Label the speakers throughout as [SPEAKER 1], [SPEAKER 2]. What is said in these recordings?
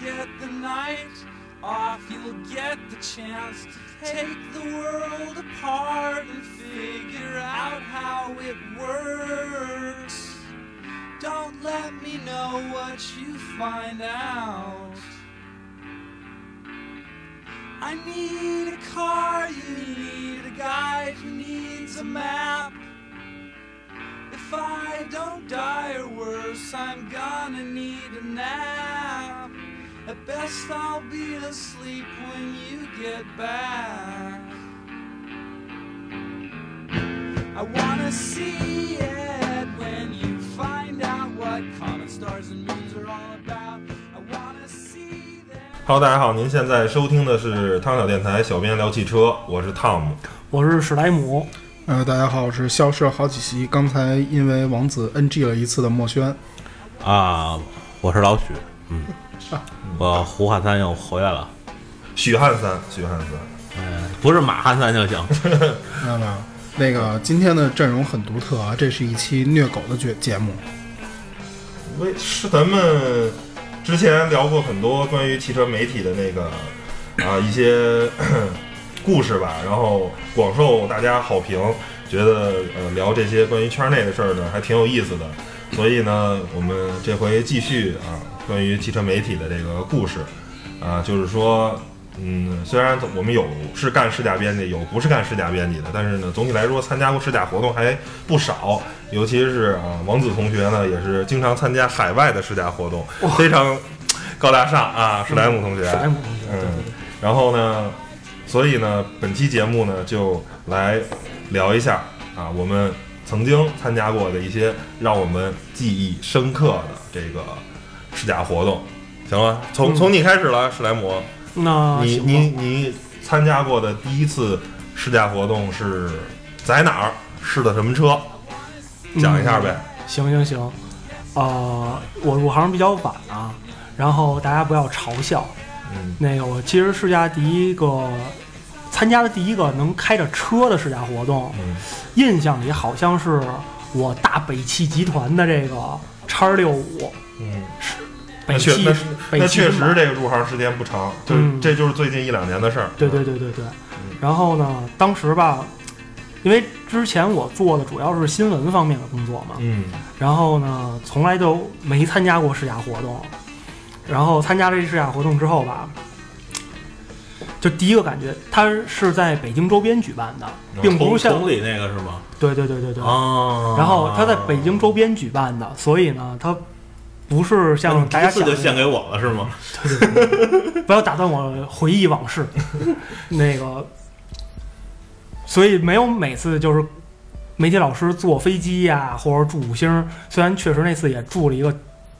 [SPEAKER 1] get the night off, you'll get the chance to take the world apart and figure out how it works. Don't let me know what you find out. I need a car, you need a guide, who needs a map. If I don't die or worse, I'm gonna need a nap. At best, I'll be asleep when you get back. I wanna see it when you find out what comet stars and moons are all about. I wanna see them.
[SPEAKER 2] Hello，大家好，您现在收听的是汤小电台，小编聊汽车，我是汤姆。
[SPEAKER 3] 我是史莱姆，
[SPEAKER 4] 呃，大家好，我是校舍好几席。刚才因为王子 NG 了一次的墨轩，
[SPEAKER 5] 啊，我是老许，嗯， 我胡汉三又回来了，
[SPEAKER 2] 许汉三，许汉三，
[SPEAKER 5] 不是马汉三就行。
[SPEAKER 4] 看到没有？那个今天的阵容很独特啊，这是一期虐狗的节节目。
[SPEAKER 2] 为是咱们之前聊过很多关于汽车媒体的那个啊一些 故事吧，然后广受大家好评，觉得呃聊这些关于圈内的事儿呢还挺有意思的，所以呢我们这回继续啊关于汽车媒体的这个故事啊，就是说。嗯，虽然我们有是干试驾编辑，有不是干试驾编辑的，但是呢，总体来说参加过试驾活动还不少，尤其是啊，王子同学呢也是经常参加海外的试驾活动，非常高大上啊，史莱姆同学。
[SPEAKER 3] 史莱姆同学，
[SPEAKER 2] 嗯，然后呢，所以呢，本期节目呢就来聊一下啊，我们曾经参加过的一些让我们记忆深刻的这个试驾活动，行了，从从你开始了，史莱姆，你
[SPEAKER 3] 那嗯啊行吧
[SPEAKER 2] 你你参加过的第一次试驾活动是在哪儿？试的什么车？
[SPEAKER 3] 嗯
[SPEAKER 2] 讲一下呗。
[SPEAKER 3] 行行行，呃，我入行比较晚啊，然后大家不要嘲笑。
[SPEAKER 2] 嗯
[SPEAKER 3] 那个我其实试驾第一个参加的第一个能开着车的试驾活动，
[SPEAKER 2] 嗯
[SPEAKER 3] 印象里好像是我大北汽集团的这个叉六五，
[SPEAKER 2] 嗯，
[SPEAKER 3] 北
[SPEAKER 2] 那确
[SPEAKER 3] 汽
[SPEAKER 2] 那是
[SPEAKER 3] 北
[SPEAKER 2] 那
[SPEAKER 3] 汽
[SPEAKER 2] 确
[SPEAKER 3] 嘛
[SPEAKER 2] 实这个入行时间不长，就是、
[SPEAKER 3] 嗯
[SPEAKER 2] 这就是最近一两年的事儿。
[SPEAKER 3] 对对对对对。然后呢，当时吧，因为之前我做的主要是新闻方面的工作嘛，
[SPEAKER 2] 嗯，
[SPEAKER 3] 然后呢，从来都没参加过试驾活动。然后参加了这试驾活动之后吧，就第一个感觉，它是在北京周边举办的，并不
[SPEAKER 5] 同
[SPEAKER 3] 是像
[SPEAKER 5] 同里那个是吗？
[SPEAKER 3] 对对对对对。
[SPEAKER 5] 啊，
[SPEAKER 3] 然后它在北京周边举办的，所以呢，它不是
[SPEAKER 5] 那
[SPEAKER 3] 像
[SPEAKER 5] 你
[SPEAKER 3] 大家
[SPEAKER 5] 第一次
[SPEAKER 3] 想
[SPEAKER 5] 就
[SPEAKER 3] 的
[SPEAKER 5] 献给我了是吗？
[SPEAKER 3] 不要打断我回忆往 事。那个，所以没有每次就是媒体老师坐飞机呀、或者住五星儿。虽然确实那次也住了一个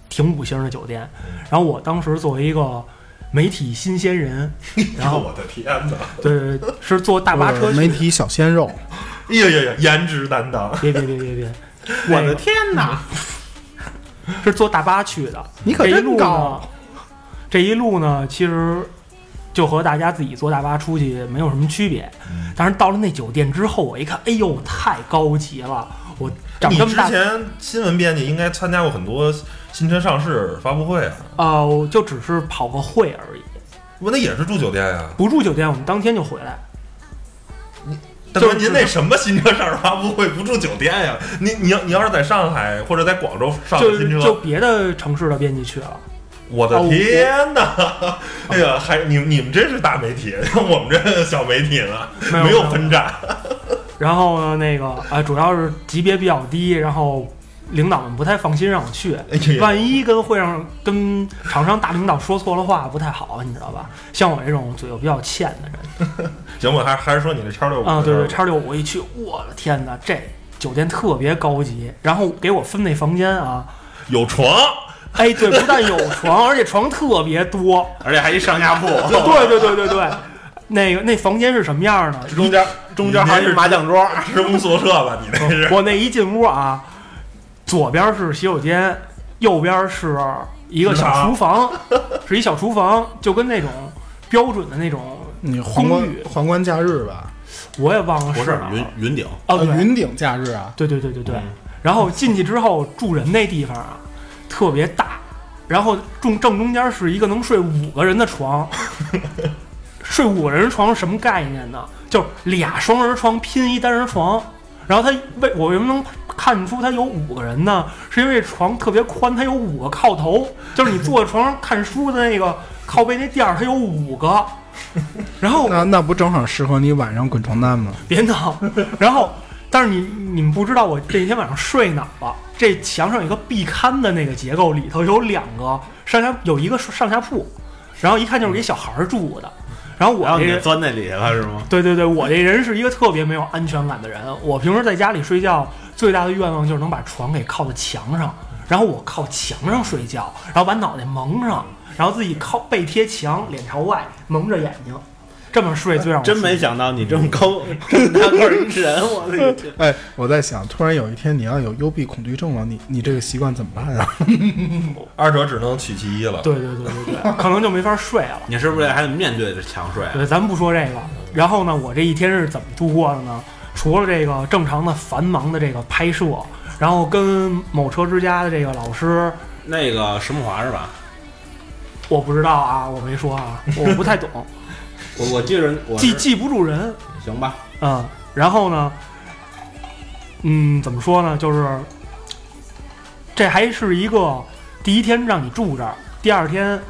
[SPEAKER 3] 挺五星儿的酒店，然后我当时作为一个媒体新鲜人，然后
[SPEAKER 2] 哎我的天哪！
[SPEAKER 3] 对对对，是坐大巴车
[SPEAKER 4] 呃
[SPEAKER 3] 去。
[SPEAKER 4] 媒体小鲜肉，
[SPEAKER 2] 哎呀呀呀，颜值担当。
[SPEAKER 3] 别别别别别，
[SPEAKER 5] 我
[SPEAKER 3] 那
[SPEAKER 5] 的
[SPEAKER 3] 个
[SPEAKER 5] 天 哪！
[SPEAKER 3] 哎是坐大巴去的。
[SPEAKER 4] 你可
[SPEAKER 3] 这一
[SPEAKER 4] 真
[SPEAKER 3] 路
[SPEAKER 4] 高
[SPEAKER 3] 呢，， 这一路呢，其实就和大家自己坐大巴出去没有什么区别。
[SPEAKER 2] 嗯
[SPEAKER 3] 但是到了那酒店之后，我一看，哎呦，太高级了！我长
[SPEAKER 2] 你
[SPEAKER 3] 这
[SPEAKER 2] 之
[SPEAKER 3] 么大，
[SPEAKER 2] 前新闻编辑应该参加过很多新车上市发布会啊，
[SPEAKER 3] 呃，我就只是跑个会而已，
[SPEAKER 2] 不，那也是住酒店呀、
[SPEAKER 3] 不住酒店，我们当天就回来。
[SPEAKER 2] 大
[SPEAKER 3] 就
[SPEAKER 2] 哥，
[SPEAKER 3] 是
[SPEAKER 2] 您那什么新车上市发布会不住酒店呀、你你要你要是在上海或者在广州上
[SPEAKER 3] 就
[SPEAKER 2] 的新
[SPEAKER 3] 就
[SPEAKER 2] 车，
[SPEAKER 3] 别的城市的编辑去了，
[SPEAKER 2] 啊我的天哪！哎呀，还你你们这是大媒体， 我们这小媒体呢，
[SPEAKER 3] 没有
[SPEAKER 2] 没有分站。
[SPEAKER 3] 然后呢，那个呃，主要是级别比较低，然后领导们不太放心让我去，
[SPEAKER 2] 哎呀
[SPEAKER 3] 万一跟会上跟厂商大领导说错了话，不太好，你知道吧？像我这种嘴又比较欠的人。
[SPEAKER 2] 行吧，还还嗯是说你这叉六五
[SPEAKER 3] 啊，对对，叉六我一去，我的天哪，这酒店特别高级。然后给我分那房间啊，
[SPEAKER 2] 有床，
[SPEAKER 3] 哎，对，不但有床，而且床特别多。
[SPEAKER 5] 而且还一上下铺，
[SPEAKER 3] 对对对对对，那个那房间是什么样呢？
[SPEAKER 5] 中间中间还有一麻将 桌，
[SPEAKER 2] 职工宿舍吧？你那是
[SPEAKER 3] 我那一进屋啊，左边是洗手间，右边是一个小厨房，是一小厨房，就跟那种标准的那种，
[SPEAKER 4] 你嗯皇冠
[SPEAKER 3] 公寓
[SPEAKER 4] 皇冠假日吧？
[SPEAKER 3] 我也忘了
[SPEAKER 5] 不是
[SPEAKER 3] 哪儿
[SPEAKER 5] 云
[SPEAKER 3] 了。
[SPEAKER 5] 云顶，
[SPEAKER 3] 哦，
[SPEAKER 4] 呃
[SPEAKER 3] 对
[SPEAKER 4] 云顶假日啊？
[SPEAKER 3] 对对对对对。然后进去之后住人那地方啊，特别大，然后正正中间是一个能睡五个人的床，睡五个人的床是什么概念呢？就是俩双人床拼一单人床。然后它为我为什么能看出它有五个人呢？是因为床特别宽，它有五个靠头，就是你坐在床上看书的那个靠背那垫儿，它有五个。然后
[SPEAKER 4] 那那不正好适合你晚上滚床单吗？
[SPEAKER 3] 别闹。然后，但是你你们不知道我这一天晚上睡哪儿了。这墙上有一个壁龛的那个结构，里头有两个上下，有一个上下铺，然后一看就是给小孩儿住的。然后我
[SPEAKER 5] 然后
[SPEAKER 3] 这
[SPEAKER 5] 你就
[SPEAKER 3] 人，
[SPEAKER 5] 钻那里了是吗？
[SPEAKER 3] 对对对，我这人是一个特别没有安全感的人。我平时在家里睡觉，最大的愿望就是能把床给靠在墙上，然后我靠墙上睡觉，然后把脑袋蒙上，然后自己靠背贴墙，脸朝外，蒙着眼睛，这么睡最让我
[SPEAKER 5] 真
[SPEAKER 3] 舒
[SPEAKER 5] 没
[SPEAKER 3] 服
[SPEAKER 5] 想到你这么高， 这么大个儿一人，我的 天！
[SPEAKER 4] 哎，我在想，突然有一天你要有幽闭恐惧症了，你你这个习惯怎么办啊？
[SPEAKER 2] 二者只能取其一了。
[SPEAKER 3] 对对对对对，可能就没法睡了。
[SPEAKER 5] 你是不是还得面对着墙睡啊？
[SPEAKER 3] 对，咱们不说这个。然后呢，我这一天是怎么度过的呢？除了这个正常的繁忙的这个拍摄，然后跟某车之家的这个老师，
[SPEAKER 5] 那个石木华是吧？
[SPEAKER 3] 我不知道啊，我没说啊，我不太懂，
[SPEAKER 5] 我我记着 我
[SPEAKER 3] 记
[SPEAKER 5] 是
[SPEAKER 3] 记不住人，
[SPEAKER 5] 行吧？
[SPEAKER 3] 嗯。然后呢，嗯，怎么说呢？就是这还是一个第一天让你住这儿，第二天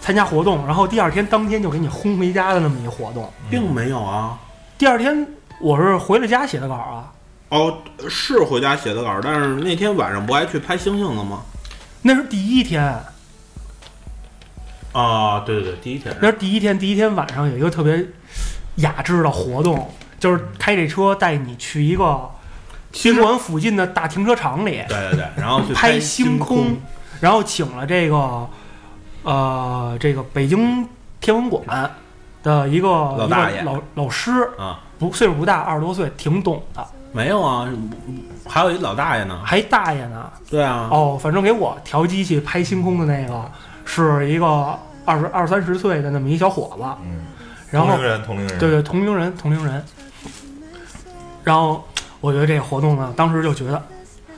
[SPEAKER 3] 参加活动，然后第二天当天就给你轰回家的那么一活动。
[SPEAKER 5] 并没有啊。
[SPEAKER 3] 第二天我是回了家写的稿啊，
[SPEAKER 5] 哦，是回家写的稿，但是那天晚上不还去拍星星了吗？
[SPEAKER 3] 那是第一天，
[SPEAKER 5] 啊，对对对，第一天
[SPEAKER 3] 那是第一天，第一天晚上有一个特别雅致的活动，就是开这车带你去一个
[SPEAKER 5] 其
[SPEAKER 3] 宾
[SPEAKER 5] 实
[SPEAKER 3] 馆附近的大停车场里
[SPEAKER 5] 对对对， 然后去
[SPEAKER 3] 拍
[SPEAKER 5] 星
[SPEAKER 3] 星空，然后请了这个呃这个北京天文馆的一个
[SPEAKER 5] 老
[SPEAKER 3] 一
[SPEAKER 5] 大
[SPEAKER 3] 个
[SPEAKER 5] 爷
[SPEAKER 3] 老老师，
[SPEAKER 5] 啊，
[SPEAKER 3] 不岁数不大，二十多岁，挺懂的，
[SPEAKER 5] 没有啊，还有一老大爷呢。
[SPEAKER 3] 还大爷呢。
[SPEAKER 5] 对啊，
[SPEAKER 3] 哦，反正给我调机器拍星空的那个是一个二十二三十岁的那么一小伙子，
[SPEAKER 2] 嗯，
[SPEAKER 3] 然后
[SPEAKER 2] 同龄人，同龄人，
[SPEAKER 3] 对对，同龄人，同龄人。然后我觉得这个活动呢，当时就觉得，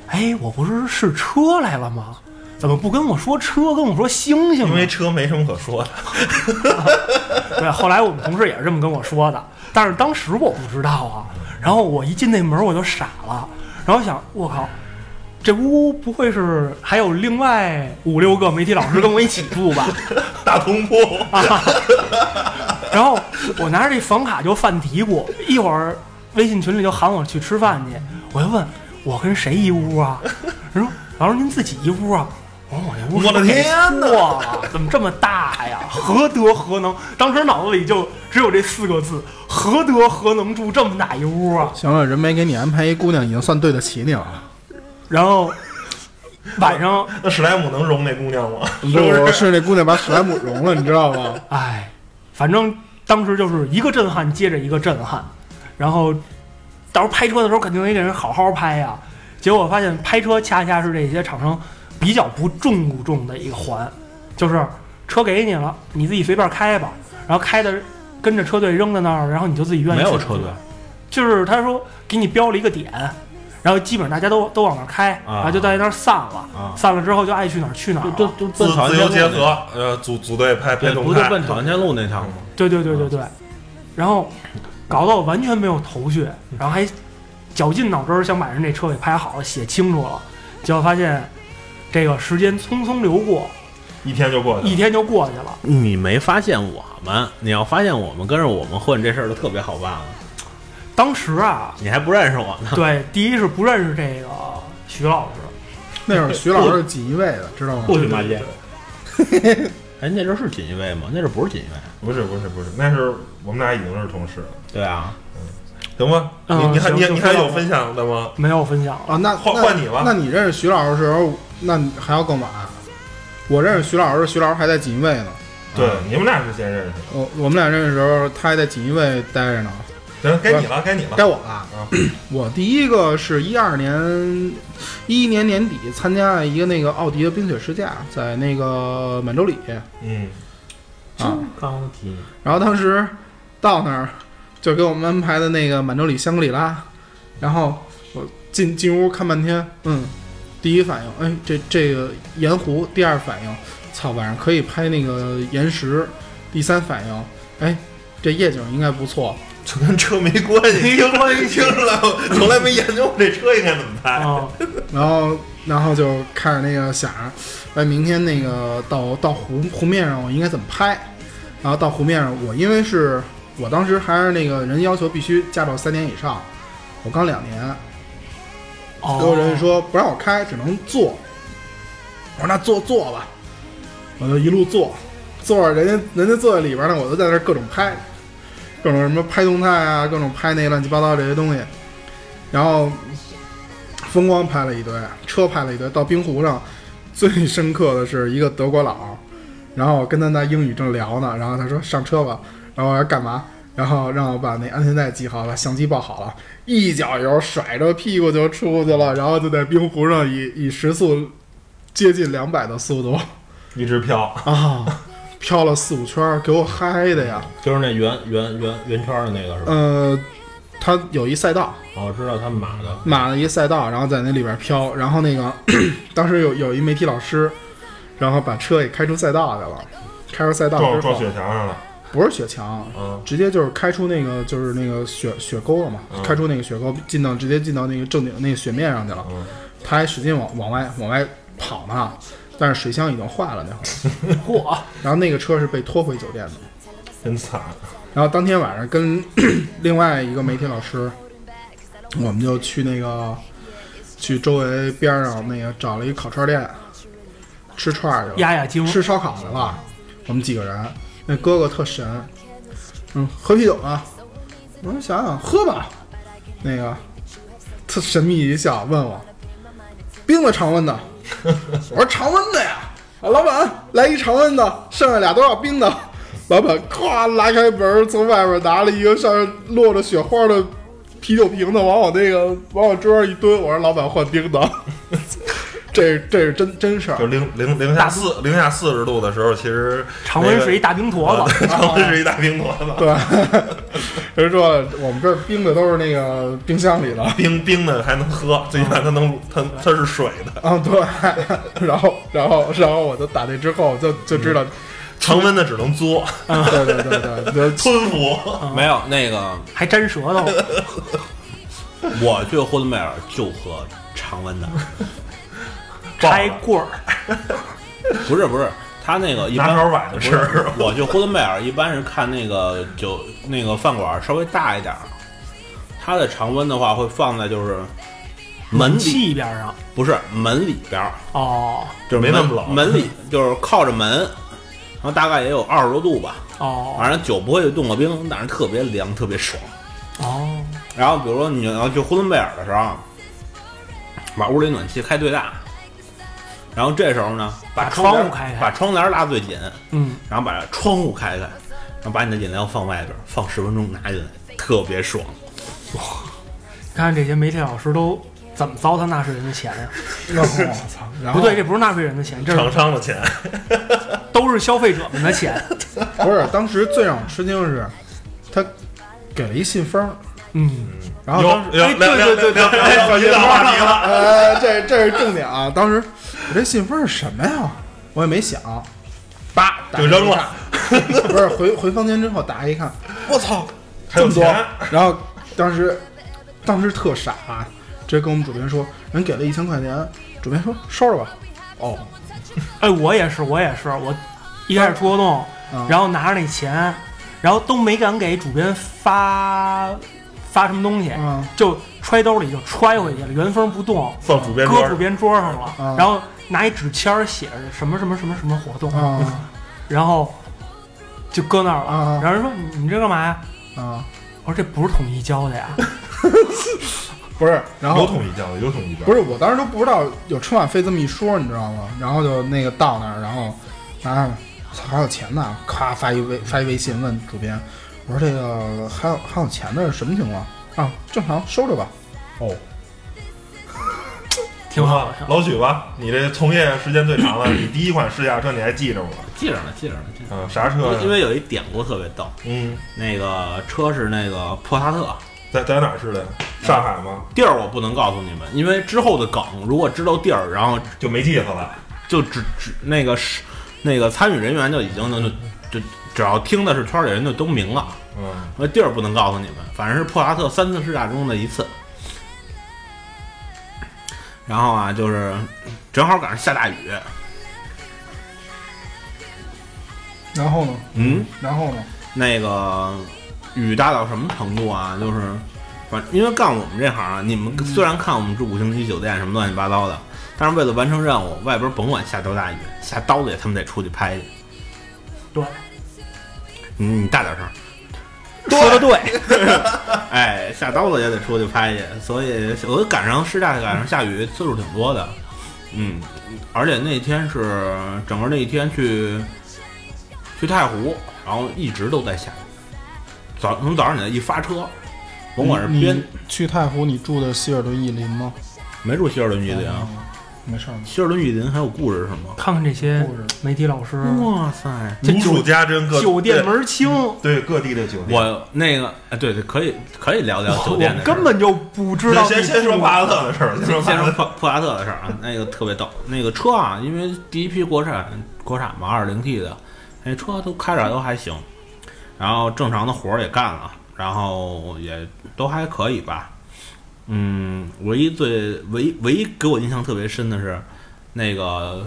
[SPEAKER 3] 哎，我不是试车来了吗？怎么不跟我说车，跟我说星星呢？
[SPEAKER 2] 因为车没什么可说的。
[SPEAKER 3] 对，后来我们同事也是这么跟我说的，但是当时我不知道啊。然后我一进那门我就傻了，然后想，我靠，这屋不会是还有另外五六个媒体老师跟我一起住吧？
[SPEAKER 2] 大通铺，
[SPEAKER 3] 然后我拿着这房卡就犯嘀咕，一会儿微信群里就喊我去吃饭去，我就问我跟谁一屋啊？人说老师您自己一屋啊？我说我那屋是
[SPEAKER 2] 我的
[SPEAKER 3] 给
[SPEAKER 2] 天
[SPEAKER 3] 错了，怎么这么大呀？何德何能？当时脑子里就只有这四个字：何德何能住这么大一屋啊？
[SPEAKER 4] 行了，人没给你安排一姑娘，已经算对得起你了。
[SPEAKER 3] 然后晚上，
[SPEAKER 2] 那史莱姆能容那姑娘吗？
[SPEAKER 4] 是我是那姑娘把史莱姆融了，你知道吗？
[SPEAKER 3] 哎，反正当时就是一个震撼接着一个震撼，然后到时候拍车的时候肯定得给人好好拍呀、啊结果发现拍车恰恰是这些厂商比较不重不重的一个环，就是车给你了，你自己随便开吧，然后开的跟着车队扔在那儿，然后你就自己愿意
[SPEAKER 5] 没有
[SPEAKER 3] 去
[SPEAKER 5] 车队，
[SPEAKER 3] 就是他说给你标了一个点，然后基本上大家都都往那儿开，然后就在那儿散了，
[SPEAKER 5] 啊
[SPEAKER 3] 散了之后就爱去哪儿去哪儿了，
[SPEAKER 5] 就就
[SPEAKER 2] 自
[SPEAKER 5] 奔朝
[SPEAKER 2] 自
[SPEAKER 5] 阳
[SPEAKER 2] 由
[SPEAKER 5] 街
[SPEAKER 2] 结
[SPEAKER 5] 路
[SPEAKER 2] 合，呃，组组队拍
[SPEAKER 5] 那，
[SPEAKER 2] 拍
[SPEAKER 5] 对，
[SPEAKER 2] 动
[SPEAKER 5] 不就
[SPEAKER 2] 态，
[SPEAKER 5] 奔朝阳街路那趟吗？
[SPEAKER 3] 对对对对对，然后搞得我完全没有头绪，
[SPEAKER 4] 嗯
[SPEAKER 3] 然后还绞尽脑汁儿想把人这车给拍好了、写清楚了，结果发现这个时间匆匆流过，
[SPEAKER 2] 一天就过去
[SPEAKER 3] 一
[SPEAKER 2] 了。
[SPEAKER 3] 天就过去了。
[SPEAKER 5] 你没发现我们？你要发现我们跟着我们混，这事儿就特别好办了。，
[SPEAKER 3] 当时 啊
[SPEAKER 5] 你还不认识我 呢，
[SPEAKER 3] 对，第一是不认识这个徐老师，
[SPEAKER 4] 那会儿徐老师锦衣卫的，知道吗？
[SPEAKER 5] 去骂街。哎，那阵儿是锦衣卫吗？那阵儿不是锦衣卫。
[SPEAKER 2] 不是不是不是，那是我们俩已经是同事了，
[SPEAKER 5] 对啊，
[SPEAKER 2] 行吗？你
[SPEAKER 3] 嗯
[SPEAKER 2] 你还
[SPEAKER 3] 行
[SPEAKER 2] 你
[SPEAKER 3] 行
[SPEAKER 2] 你还
[SPEAKER 3] 知道
[SPEAKER 2] 有
[SPEAKER 3] 了
[SPEAKER 2] 分享的吗？
[SPEAKER 3] 没有分享了。
[SPEAKER 4] 啊，那
[SPEAKER 2] 换
[SPEAKER 4] 那
[SPEAKER 2] 换你了
[SPEAKER 4] 那你认识徐老师的时候，那你还要更晚。我认识徐老师，徐老师还在锦衣卫呢。
[SPEAKER 2] 对，你们俩是先认识的。
[SPEAKER 4] 我我们俩认识的时候，他还在锦衣卫待着呢。
[SPEAKER 2] 行，该你了，该你了。
[SPEAKER 4] 该我了
[SPEAKER 2] 啊。
[SPEAKER 4] 我第一个是一二年，一一年年底参加了一个那个奥迪的冰雪试驾，在那个满洲里
[SPEAKER 2] 嗯，
[SPEAKER 4] 啊。
[SPEAKER 5] 高级。
[SPEAKER 4] 然后当时到那儿就给我们安排的那个满洲里香格里拉，然后我进进屋看半天，嗯，第一反应，哎，这这个盐湖；第二反应，操，晚上可以拍那个岩石；第三反应，哎，这夜景应该不错。
[SPEAKER 2] 就跟车没关系，
[SPEAKER 5] 哎
[SPEAKER 2] 没关系，听出来吗？从来没研究过这车应该怎么
[SPEAKER 4] 哎
[SPEAKER 2] 拍。
[SPEAKER 3] 啊，
[SPEAKER 4] 然后，然后就看着那个想着，哎，明天那个到到湖湖面上我应该怎么拍？然后到湖面上，我因为是我当时还是那个人要求必须驾照三年以上，我刚两年，
[SPEAKER 3] 哦，
[SPEAKER 4] 所有人说不让我开，只能坐。我说那坐坐吧，我就一路坐，坐着人家人家坐在里边呢，我就在那儿各种拍，各种什么拍动态啊，各种拍那乱七八糟这些东西，然后风光拍了一堆，车拍了一堆，到冰湖上最深刻的是一个德国佬，然后我跟他那英语正聊呢，然后他说上车吧，然后我说干嘛？然后让我把那安全带系好了，相机抱好了，一脚油甩着屁股就出去了，然后就在冰湖上以 以时速接近两百的速度
[SPEAKER 2] 一直飘，
[SPEAKER 4] 啊，飘了四五圈儿，给我嗨的呀！
[SPEAKER 5] 就是那圆圆圆圆圈的那个是吧？
[SPEAKER 4] 呃，它有一赛道，
[SPEAKER 2] 嗯
[SPEAKER 5] 哦，我知道他们码的，
[SPEAKER 4] 马了一赛道，然后在那里边飘，然后那个 当时有有一媒体老师，然后把车给开出赛道去了，开出赛道
[SPEAKER 2] 撞
[SPEAKER 4] 之后
[SPEAKER 2] 撞雪墙上了。
[SPEAKER 4] 不是雪墙，
[SPEAKER 2] 嗯，
[SPEAKER 4] 直接就是开出那个就是那个雪雪沟了嘛，
[SPEAKER 2] 嗯
[SPEAKER 4] 开出那个雪沟，进到直接进到那个正经那个雪面上去了，
[SPEAKER 2] 嗯
[SPEAKER 4] 他还使劲往往外往外跑呢，但是水箱已经坏了那会儿，
[SPEAKER 3] 嚯，
[SPEAKER 4] 然后那个车是被拖回酒店的，
[SPEAKER 2] 真惨。
[SPEAKER 4] 然后当天晚上跟 另外一个媒体老师，我们就去那个去周围边儿上那个找了一烤串店吃串儿去了，
[SPEAKER 3] 压压惊，
[SPEAKER 4] 吃烧烤去了，我们几个人，那哥哥特神，嗯，喝啤酒吧，我说想想喝吧，那个特神秘一笑问我，冰的常温的，我说常温的呀，啊老板来一常温的，剩下俩都要冰的，老板咵拉开门，从外边拿了一个上面落着雪花的。啤酒瓶子往我那个往我桌上一蹲，我说老板换冰的， 这这是真真事儿
[SPEAKER 2] 就，零零零下四零下四十度的时候，其实
[SPEAKER 3] 常温是一大冰坨子，
[SPEAKER 2] 那个常温是一大冰坨子，
[SPEAKER 4] 对， 人说我们这儿冰的都是那个冰箱里的
[SPEAKER 2] 冰冰的还能喝，最起码它能它它是水的，
[SPEAKER 4] 啊，对， 然后然后然后我就打那之后就就知道，
[SPEAKER 2] 常温的只能嘬
[SPEAKER 4] 对对对对对，
[SPEAKER 2] 吞服。
[SPEAKER 5] 没有那个，
[SPEAKER 3] 还粘舌 头，
[SPEAKER 5] 我去呼伦贝尔就喝常温的，
[SPEAKER 2] 爆
[SPEAKER 3] 拆
[SPEAKER 2] 了
[SPEAKER 3] 棍儿，
[SPEAKER 5] 不是不是，他那个一
[SPEAKER 2] 拿
[SPEAKER 5] 般
[SPEAKER 2] 勺崴着吃
[SPEAKER 5] 不是我去呼伦贝尔一般是看那个酒那个饭馆稍微大一点儿，它的常温的话会放在就是门里，
[SPEAKER 3] 气边上，
[SPEAKER 5] 不是门里边儿，
[SPEAKER 3] 哦
[SPEAKER 5] 就是
[SPEAKER 2] 没那
[SPEAKER 5] 门
[SPEAKER 2] 么冷
[SPEAKER 5] 门里就是靠着门，然后大概也有二十多度吧，
[SPEAKER 3] 哦
[SPEAKER 5] 反正酒不会冻个冰，但是特别凉，特别爽。
[SPEAKER 3] 哦，
[SPEAKER 5] 然后比如说你要去呼伦贝尔的时候，把屋里暖气开最大，然后这时候呢，把
[SPEAKER 3] 把
[SPEAKER 5] 窗帘
[SPEAKER 3] 窗户开开
[SPEAKER 5] 把窗帘拉最紧，
[SPEAKER 3] 嗯，
[SPEAKER 5] 然后把窗户开开，然后把你的饮料放外边，放十分钟拿进来，特别爽。
[SPEAKER 3] 看这些媒体老师都怎么糟蹋纳税人的钱呀？啊
[SPEAKER 4] 然后 我操，然
[SPEAKER 3] 不
[SPEAKER 4] 后
[SPEAKER 3] 对，这不是纳税人的钱，这
[SPEAKER 2] 厂
[SPEAKER 3] 是
[SPEAKER 2] 商的钱，
[SPEAKER 3] 都是消费者们 的钱。
[SPEAKER 4] 不是当时最让我吃惊的是，他给了一信封儿，
[SPEAKER 3] 嗯，
[SPEAKER 4] 然后当时
[SPEAKER 2] 有有聊聊聊聊聊
[SPEAKER 4] 哎
[SPEAKER 2] 聊话题了。
[SPEAKER 4] 呃，这这是重点啊，当时我这信封儿是什么呀？我也没想，叭
[SPEAKER 2] 就扔了，
[SPEAKER 4] 不是回回房间之后打开一看，我操，
[SPEAKER 2] 还
[SPEAKER 4] 这
[SPEAKER 2] 有
[SPEAKER 4] 么多
[SPEAKER 2] 钱，
[SPEAKER 4] 然后当时当时特傻、啊直接跟我们主编说，人给了一千块钱，主编说收着吧。哦，
[SPEAKER 3] 哎，我也是，我也是，我一开始出活动，
[SPEAKER 4] 嗯
[SPEAKER 3] 然后拿着那钱，然后都没敢给主编发发什么东西，
[SPEAKER 4] 嗯
[SPEAKER 3] 就揣兜里就揣回去了，原封不动，
[SPEAKER 2] 放主编桌
[SPEAKER 3] 搁
[SPEAKER 2] 儿
[SPEAKER 3] 主，编桌上了，
[SPEAKER 4] 嗯
[SPEAKER 3] 然后拿一纸签儿写着什么什么什么什么活动，
[SPEAKER 4] 啊
[SPEAKER 3] 然后就搁那儿了。
[SPEAKER 4] 嗯
[SPEAKER 3] 然后人说你你这干嘛呀？
[SPEAKER 4] 啊，
[SPEAKER 3] 我说这不是统一交 的呀。
[SPEAKER 4] 不是，然
[SPEAKER 2] 有
[SPEAKER 4] 后
[SPEAKER 2] 统一教，有统一教
[SPEAKER 4] 不。是，我当时都不知道有春晚费这么一说，你知道吗？然后就那个到那儿，然后拿着操还有钱呢，咔发一微发一微信问主编，我说这个还有还有钱的是什么情况啊？正常收着吧。哦，
[SPEAKER 3] 挺好的。
[SPEAKER 2] 老许吧，你这从业时间最长 了，你第一款试驾车你还记着吗？
[SPEAKER 5] 记着呢，记着呢，记着
[SPEAKER 2] 嗯，啥车
[SPEAKER 5] 呢。因
[SPEAKER 2] 呀？
[SPEAKER 5] 为有一典故特别逗，
[SPEAKER 2] 嗯，
[SPEAKER 5] 那个车是那个珀萨特，
[SPEAKER 2] 在在哪儿试的呀？上海吗？
[SPEAKER 5] 地儿我不能告诉你们，因为之后的梗如果知道地儿，然后
[SPEAKER 2] 就没意思了。
[SPEAKER 5] 就只只那个是那个参与人员就已经能就就只要听的是圈里人就都明了。
[SPEAKER 2] 嗯，
[SPEAKER 5] 那地儿不能告诉你们，反正是破萨特三次试驾中的一次。然后啊，就是正好赶上下大雨，
[SPEAKER 4] 然后呢？
[SPEAKER 5] 嗯，
[SPEAKER 4] 然后呢？
[SPEAKER 5] 那个雨大到什么程度啊？就是反因为干我们这行啊，你们虽然看我们住五星级酒店什么乱七八糟的，但是为了完成任务，外边甭管下多大雨，下刀子也他们得出去拍去。
[SPEAKER 3] 对，
[SPEAKER 5] 你你嗯大点声。说的对， 哎，下刀子也得出去拍去，所以我赶上试驾，赶上下雨次数挺多的，嗯，而且那天是整个那一天去去太湖，然后一直都在下雨，早从早上起来一发车，甭管是
[SPEAKER 4] 你
[SPEAKER 5] 边
[SPEAKER 4] 你去太湖，你住的希尔顿逸林吗？
[SPEAKER 5] 没住希尔顿玉林啊，
[SPEAKER 4] 没事儿，
[SPEAKER 5] 希尔顿玉林还有故事是吗？
[SPEAKER 3] 看看这些
[SPEAKER 4] 故事
[SPEAKER 3] 媒体老师，
[SPEAKER 5] 哇塞，
[SPEAKER 3] 这
[SPEAKER 2] 如数
[SPEAKER 3] 酒
[SPEAKER 2] 家珍各，
[SPEAKER 3] 酒店门清，
[SPEAKER 2] 对对各地的酒店。
[SPEAKER 5] 我那个哎，对对，可以可以聊聊酒
[SPEAKER 3] 我
[SPEAKER 5] 店的事儿
[SPEAKER 3] 根本就不知道
[SPEAKER 2] 先
[SPEAKER 3] 你住哪儿。
[SPEAKER 2] 先先说帕萨特的事儿，先说
[SPEAKER 5] 先
[SPEAKER 2] 帕萨
[SPEAKER 5] 说
[SPEAKER 2] 特。
[SPEAKER 5] 破破达特的事儿啊，那个特别逗。那个车啊，因为第一批国产国产嘛，二零 T 的，那车都开着都还行，然后正常的活儿也干了，然后也都还可以吧。嗯，唯一最唯一唯一给我印象特别深的是，那个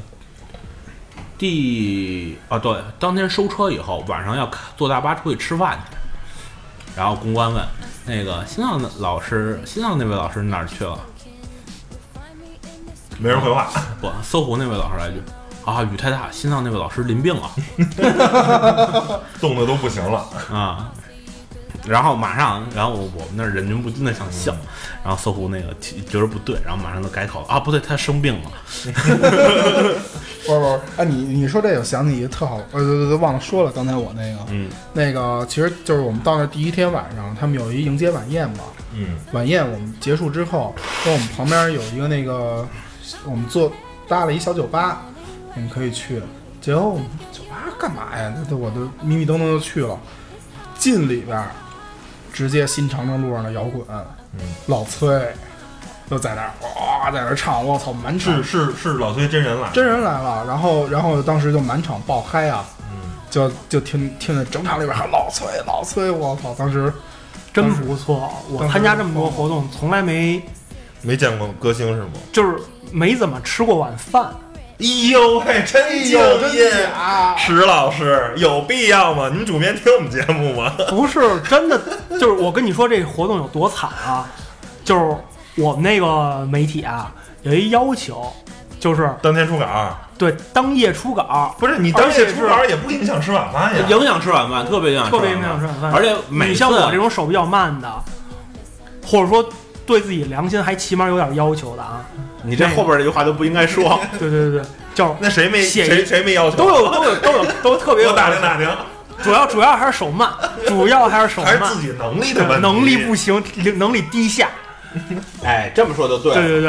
[SPEAKER 5] 第啊对，当天收车以后，晚上要开坐大巴出去吃饭去，然后公关问那个新浪的老师，新浪那位老师哪儿去了？
[SPEAKER 2] 没人回话，
[SPEAKER 5] 不，搜狐那位老师来一句：“啊，雨太大，新浪那位老师淋病 了
[SPEAKER 2] 冻得都不行了。
[SPEAKER 5] 啊。”然后马上，然后我我们那儿忍俊不禁的想笑，然后搜狐那个提觉得不对，然后马上就改口了啊，不对，他生病了。
[SPEAKER 4] 不是不是，哎，你你说这，我想起一个特好，呃，对对对，忘了说了，刚才我那个，
[SPEAKER 5] 嗯，
[SPEAKER 4] 那个其实就是我们到那第一天晚上，他们有一迎接晚宴嘛，
[SPEAKER 2] 嗯，
[SPEAKER 4] 晚宴我们结束之后，跟我们旁边有一个那个，我们坐搭了一小酒吧，我们可以去。结果我们酒吧干嘛呀？那都我都迷迷瞪瞪就去了，进里边儿，直接新长征路上的摇滚，老崔就在那儿哇，在那儿唱，我操，满
[SPEAKER 2] 是
[SPEAKER 4] 场
[SPEAKER 2] 是是，老崔真人来，
[SPEAKER 4] 真人来了，然后然后当时就满场爆嗨啊，
[SPEAKER 2] 嗯
[SPEAKER 4] 就就听听着整场里边喊老崔老崔，我操，当时
[SPEAKER 3] 真不错。我参加这么多活动，从来没
[SPEAKER 2] 没见过歌星是吗？
[SPEAKER 3] 就是没怎么吃过晚 饭。
[SPEAKER 2] 哎呦喂，真敬
[SPEAKER 4] 有真
[SPEAKER 2] 业！
[SPEAKER 4] 假，
[SPEAKER 2] 石老师有必要吗？你们主编听我们节目吗？
[SPEAKER 3] 不是真的，就是我跟你说这活动有多惨啊！就是我们那个媒体啊，有一要求，就是
[SPEAKER 2] 当天出稿，
[SPEAKER 3] 对当夜出稿，
[SPEAKER 2] 不是你当夜出稿也不影响吃晚饭呀。
[SPEAKER 5] 影响吃晚哎饭，特别影响，
[SPEAKER 3] 特别影响吃晚饭。
[SPEAKER 5] 而且每
[SPEAKER 3] 你
[SPEAKER 5] 次
[SPEAKER 3] 像我这种手比较慢的，或者说对自己良心还起码有点要求的啊，
[SPEAKER 5] 你这后边这句话都不应该说。
[SPEAKER 3] 对对对对，就是
[SPEAKER 2] 那谁没
[SPEAKER 3] 写一
[SPEAKER 2] 谁谁没要求？
[SPEAKER 3] 都有都有都有都特别
[SPEAKER 2] 给
[SPEAKER 3] 有
[SPEAKER 2] 我打听打听，
[SPEAKER 3] 主要主要还是 手慢，主要还是手
[SPEAKER 2] 还是
[SPEAKER 3] 慢
[SPEAKER 2] 自，己能力的问题。
[SPEAKER 3] 能力不行，能力低下。
[SPEAKER 5] 哎，这么说就 对
[SPEAKER 3] 对
[SPEAKER 5] 了。
[SPEAKER 3] 对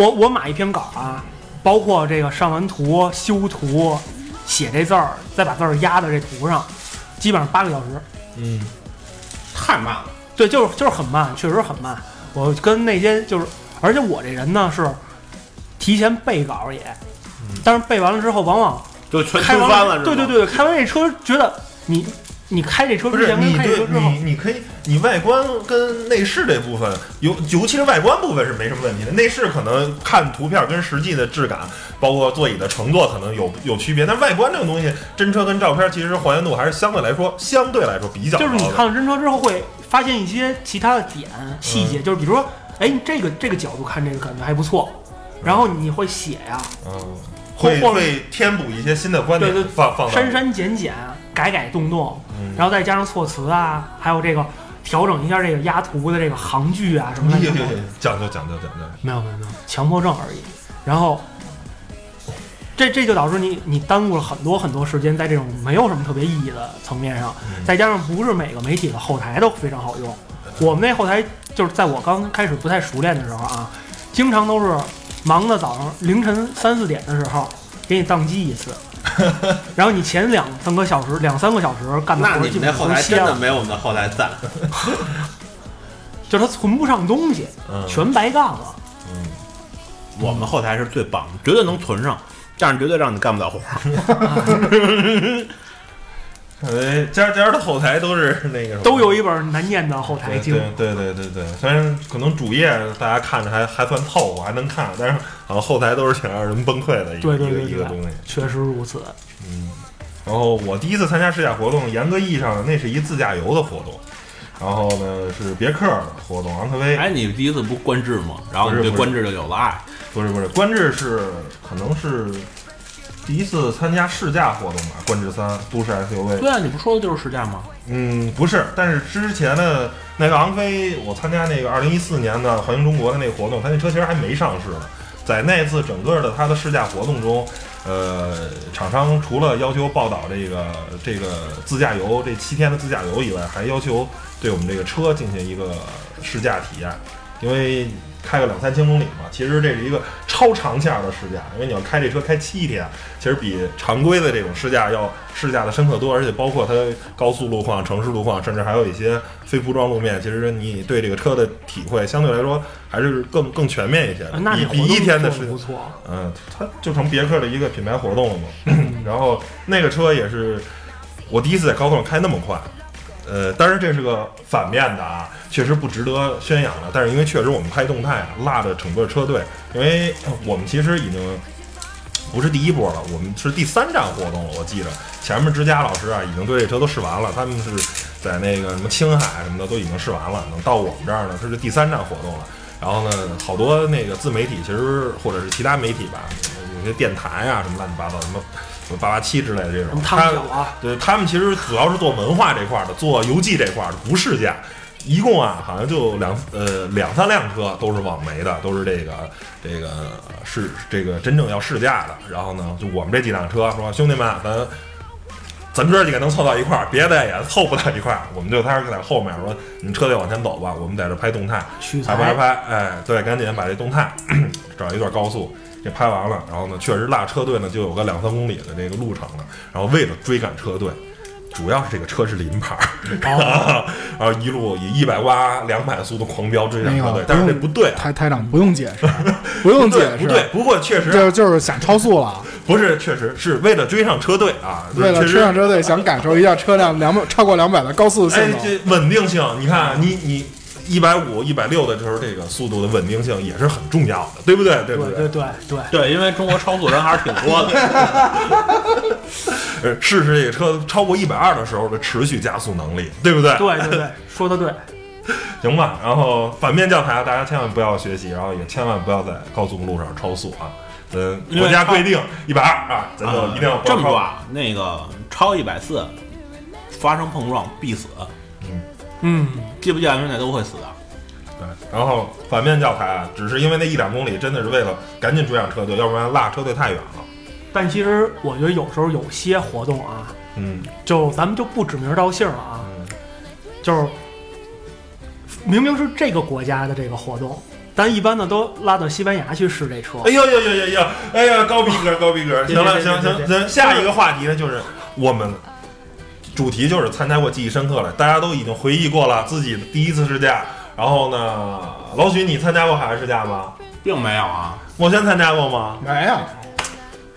[SPEAKER 3] 对，我我买一篇稿啊，包括这个上完图、修图、写这字儿，再把字儿压到这图上，基本上八个小时。
[SPEAKER 2] 嗯，
[SPEAKER 5] 太慢了，
[SPEAKER 3] 对，就是就是很慢，确实很慢。我跟那些就是，而且我这人呢是提前背稿也，
[SPEAKER 2] 嗯
[SPEAKER 3] 但是背完了之后，往往
[SPEAKER 5] 就全
[SPEAKER 3] 开
[SPEAKER 5] 推
[SPEAKER 3] 完
[SPEAKER 5] 翻了，
[SPEAKER 3] 对对，对，开完这车觉得你你开这车
[SPEAKER 2] 不
[SPEAKER 3] 之
[SPEAKER 2] 是
[SPEAKER 3] 前跟
[SPEAKER 2] 你
[SPEAKER 3] 开这
[SPEAKER 2] 对
[SPEAKER 3] 车之后
[SPEAKER 2] 你，你可以你外观跟内饰这部分，尤尤其是外观部分是没什么问题的，内饰可能看图片跟实际的质感，包括座椅的乘坐可能有有区别，但外观这种东西，真车跟照片其实还原度还是相对来说相对来说比较高
[SPEAKER 3] 就
[SPEAKER 2] 的。
[SPEAKER 3] 是你看了真车之后会发现一些其他的点细节，就是比如说，哎，你这个这个角度看这个感觉还不错，然后你会写呀、
[SPEAKER 2] 嗯，
[SPEAKER 3] 会
[SPEAKER 2] 会会添补一些新的观点
[SPEAKER 3] 对对，
[SPEAKER 2] 放放到
[SPEAKER 3] 删删减减，啊改改动动，
[SPEAKER 2] 嗯
[SPEAKER 3] 然后再加上措辞啊，还有这个调整一下这个压图的这个行距啊什么的，
[SPEAKER 2] 讲究讲究讲究，
[SPEAKER 3] 没有没有没有，强迫症而已。然后。这这就导致你你耽误了很多很多时间在这种没有什么特别意义的层面上，
[SPEAKER 2] 嗯
[SPEAKER 3] 再加上不是每个媒体的后台都非常好用，我们那后台就是在我刚开始不太熟练的时候啊，经常都是忙到早上凌晨三四点的时候给你宕机一次，然后你前两三个小时、两三个小时干的
[SPEAKER 5] 那
[SPEAKER 3] 活
[SPEAKER 5] 你
[SPEAKER 3] 基
[SPEAKER 5] 们那后
[SPEAKER 3] 本上都
[SPEAKER 5] 台
[SPEAKER 3] 歇
[SPEAKER 5] 真的
[SPEAKER 3] 了，
[SPEAKER 5] 没我们的后台赞，
[SPEAKER 3] 就是它存不上东西，
[SPEAKER 2] 嗯，
[SPEAKER 3] 全白干了。
[SPEAKER 5] 我们后台是最棒的，绝对能存上，但是绝对让你干不了活。
[SPEAKER 2] 哎，家家的后台都是那个什么
[SPEAKER 3] 都有一本难念的后台
[SPEAKER 2] 对
[SPEAKER 3] 经，
[SPEAKER 2] 对对对对对，虽然可能主页大家看着还还算凑合，还能看，但是好像后台都是挺让人崩溃的一
[SPEAKER 3] 对对对
[SPEAKER 2] 一个一
[SPEAKER 3] 对
[SPEAKER 2] 个东西。
[SPEAKER 3] 确实如此。
[SPEAKER 2] 嗯，然后我第一次参加试驾活动，严格意义上那是一自驾游的活动，然后呢是别克的活动，昂科威。
[SPEAKER 5] 哎，你第一次不官制吗？然后你对官制就有了爱。
[SPEAKER 2] 不是不是，观致是可能是第一次参加试驾活动吧，观致三都市 SUV。
[SPEAKER 5] 对啊，你不说的就是试驾吗？
[SPEAKER 2] 嗯，不是，但是之前的那个昂飞，我参加那个二零一四年的环游中国的那个活动，它那车其实还没上市呢。在那次整个的它的试驾活动中，呃，厂商除了要求报道这个这个自驾游这七天的自驾游以外，还要求对我们这个车进行一个试驾体验，因为开个两三千公里嘛，其实这是一个超长线的试驾，因为你要开这车开七天，其实比常规的这种试驾要试驾的深刻多，而且包括它高速路况、城市路况，甚至还有一些非铺装路面，其实你对这个车的体会相对来说还是更更全面一些的，
[SPEAKER 3] 啊那
[SPEAKER 2] 比
[SPEAKER 3] 你活
[SPEAKER 2] 比
[SPEAKER 3] 动
[SPEAKER 2] 一天的
[SPEAKER 3] 做
[SPEAKER 2] 试
[SPEAKER 3] 得
[SPEAKER 2] 驾
[SPEAKER 3] 不错，
[SPEAKER 2] 嗯，它就成别克的一个品牌活动了嘛。 然后那个车也是我第一次在高速上开那么快，呃，当然这是个反面的啊，确实不值得宣扬了。但是因为确实我们拍动态啊，落着整个车队，因为呃我们其实已经不是第一波了，我们是第三站活动了。我记着前面之家老师啊，已经对这车都试完了，他们是在那个什么青海什么的都已经试完了，等到我们这儿呢，这是第三站活动了。然后呢，好多那个自媒体其实或者是其他媒体吧，有些电台啊什么乱七八糟，什么什么八八七之类的这
[SPEAKER 3] 什
[SPEAKER 2] 种
[SPEAKER 3] 么，汤
[SPEAKER 2] 他
[SPEAKER 3] 饺啊，
[SPEAKER 2] 对他们其实主要是做文化这块儿的，做游记这块儿的，不试驾。一共啊，好像就两呃两三辆车都是网媒的，都是这个这个是这个真正要试驾的。然后呢，就我们这几辆车说，兄弟们，咱咱哥几个能凑到一块儿，别的也凑不到一块儿，我们就开始在后面说，你们车队往前走吧，我们在这拍动态，
[SPEAKER 3] 取
[SPEAKER 2] 拍拍
[SPEAKER 3] 材
[SPEAKER 2] 拍，哎，对，赶紧把这动态 找一段高速给拍完了，然后呢，确实落车队呢就有个两三公里的这个路程了，然后为了追赶车队。主要是这个车是临牌
[SPEAKER 4] 哦
[SPEAKER 2] 儿， 然后一路以一百八、两百速度狂飙追赶
[SPEAKER 4] 那
[SPEAKER 2] 车
[SPEAKER 4] 个
[SPEAKER 2] 队，但是这不对啊，
[SPEAKER 4] 台台长不用解释，不用
[SPEAKER 2] 对
[SPEAKER 4] 解
[SPEAKER 2] 不对
[SPEAKER 4] 释，？
[SPEAKER 2] 不过确实
[SPEAKER 4] 就就是想超速了，
[SPEAKER 2] 不是，确实是为了追上车队啊，
[SPEAKER 4] 为了
[SPEAKER 2] 确实
[SPEAKER 4] 车上车队想感受一下车辆两百超过两百的高速性
[SPEAKER 2] 哎，
[SPEAKER 4] 能。
[SPEAKER 2] 这稳定性，你看，啊你你一百五、一百六的时候，这个速度的稳定性也是很重要的，对不对？对
[SPEAKER 3] 对
[SPEAKER 2] 不
[SPEAKER 3] 对对对，
[SPEAKER 5] 对，因为中国超速人还是挺多的。
[SPEAKER 2] 呃试试这个车超过一百二的时候的持续加速能力，对不对？
[SPEAKER 3] 对对对，说的对，
[SPEAKER 2] 行吧。然后反面教材，大家千万不要学习，然后也千万不要在高速公路上超速啊。嗯，
[SPEAKER 5] 因为
[SPEAKER 2] 国家
[SPEAKER 5] 超
[SPEAKER 2] 规定一百二啊，咱就一定要不要
[SPEAKER 5] 这么
[SPEAKER 2] 超
[SPEAKER 5] 说。啊，那个超一百四，发生碰撞必死，
[SPEAKER 3] 嗯，
[SPEAKER 5] 记不记安全带都会死的。
[SPEAKER 2] 对，啊然后反面教材啊，只是因为那一两公里真的是为了赶紧追上车队，要不然落车队太远了。
[SPEAKER 3] 但其实我觉得有时候有些活动啊，
[SPEAKER 2] 嗯
[SPEAKER 3] 就咱们就不指名道姓了啊，
[SPEAKER 2] 嗯
[SPEAKER 3] 就是明明是这个国家的这个活动，但一般呢都拉到西班牙去试这车。
[SPEAKER 2] 哎呦呦呦呦呦！哎呀，高逼格，高逼格！
[SPEAKER 3] 别
[SPEAKER 2] 行了，
[SPEAKER 3] 别
[SPEAKER 2] 行
[SPEAKER 3] 别
[SPEAKER 2] 行
[SPEAKER 3] 别
[SPEAKER 2] 行，下一个话题呢，就是我们主题就是参加过记忆深刻了，大家都已经回忆过了自己的第一次试驾。然后呢，老许，你参加过海外试驾吗？
[SPEAKER 5] 并没有啊，
[SPEAKER 2] 莫轩参加过吗？
[SPEAKER 4] 没啊有，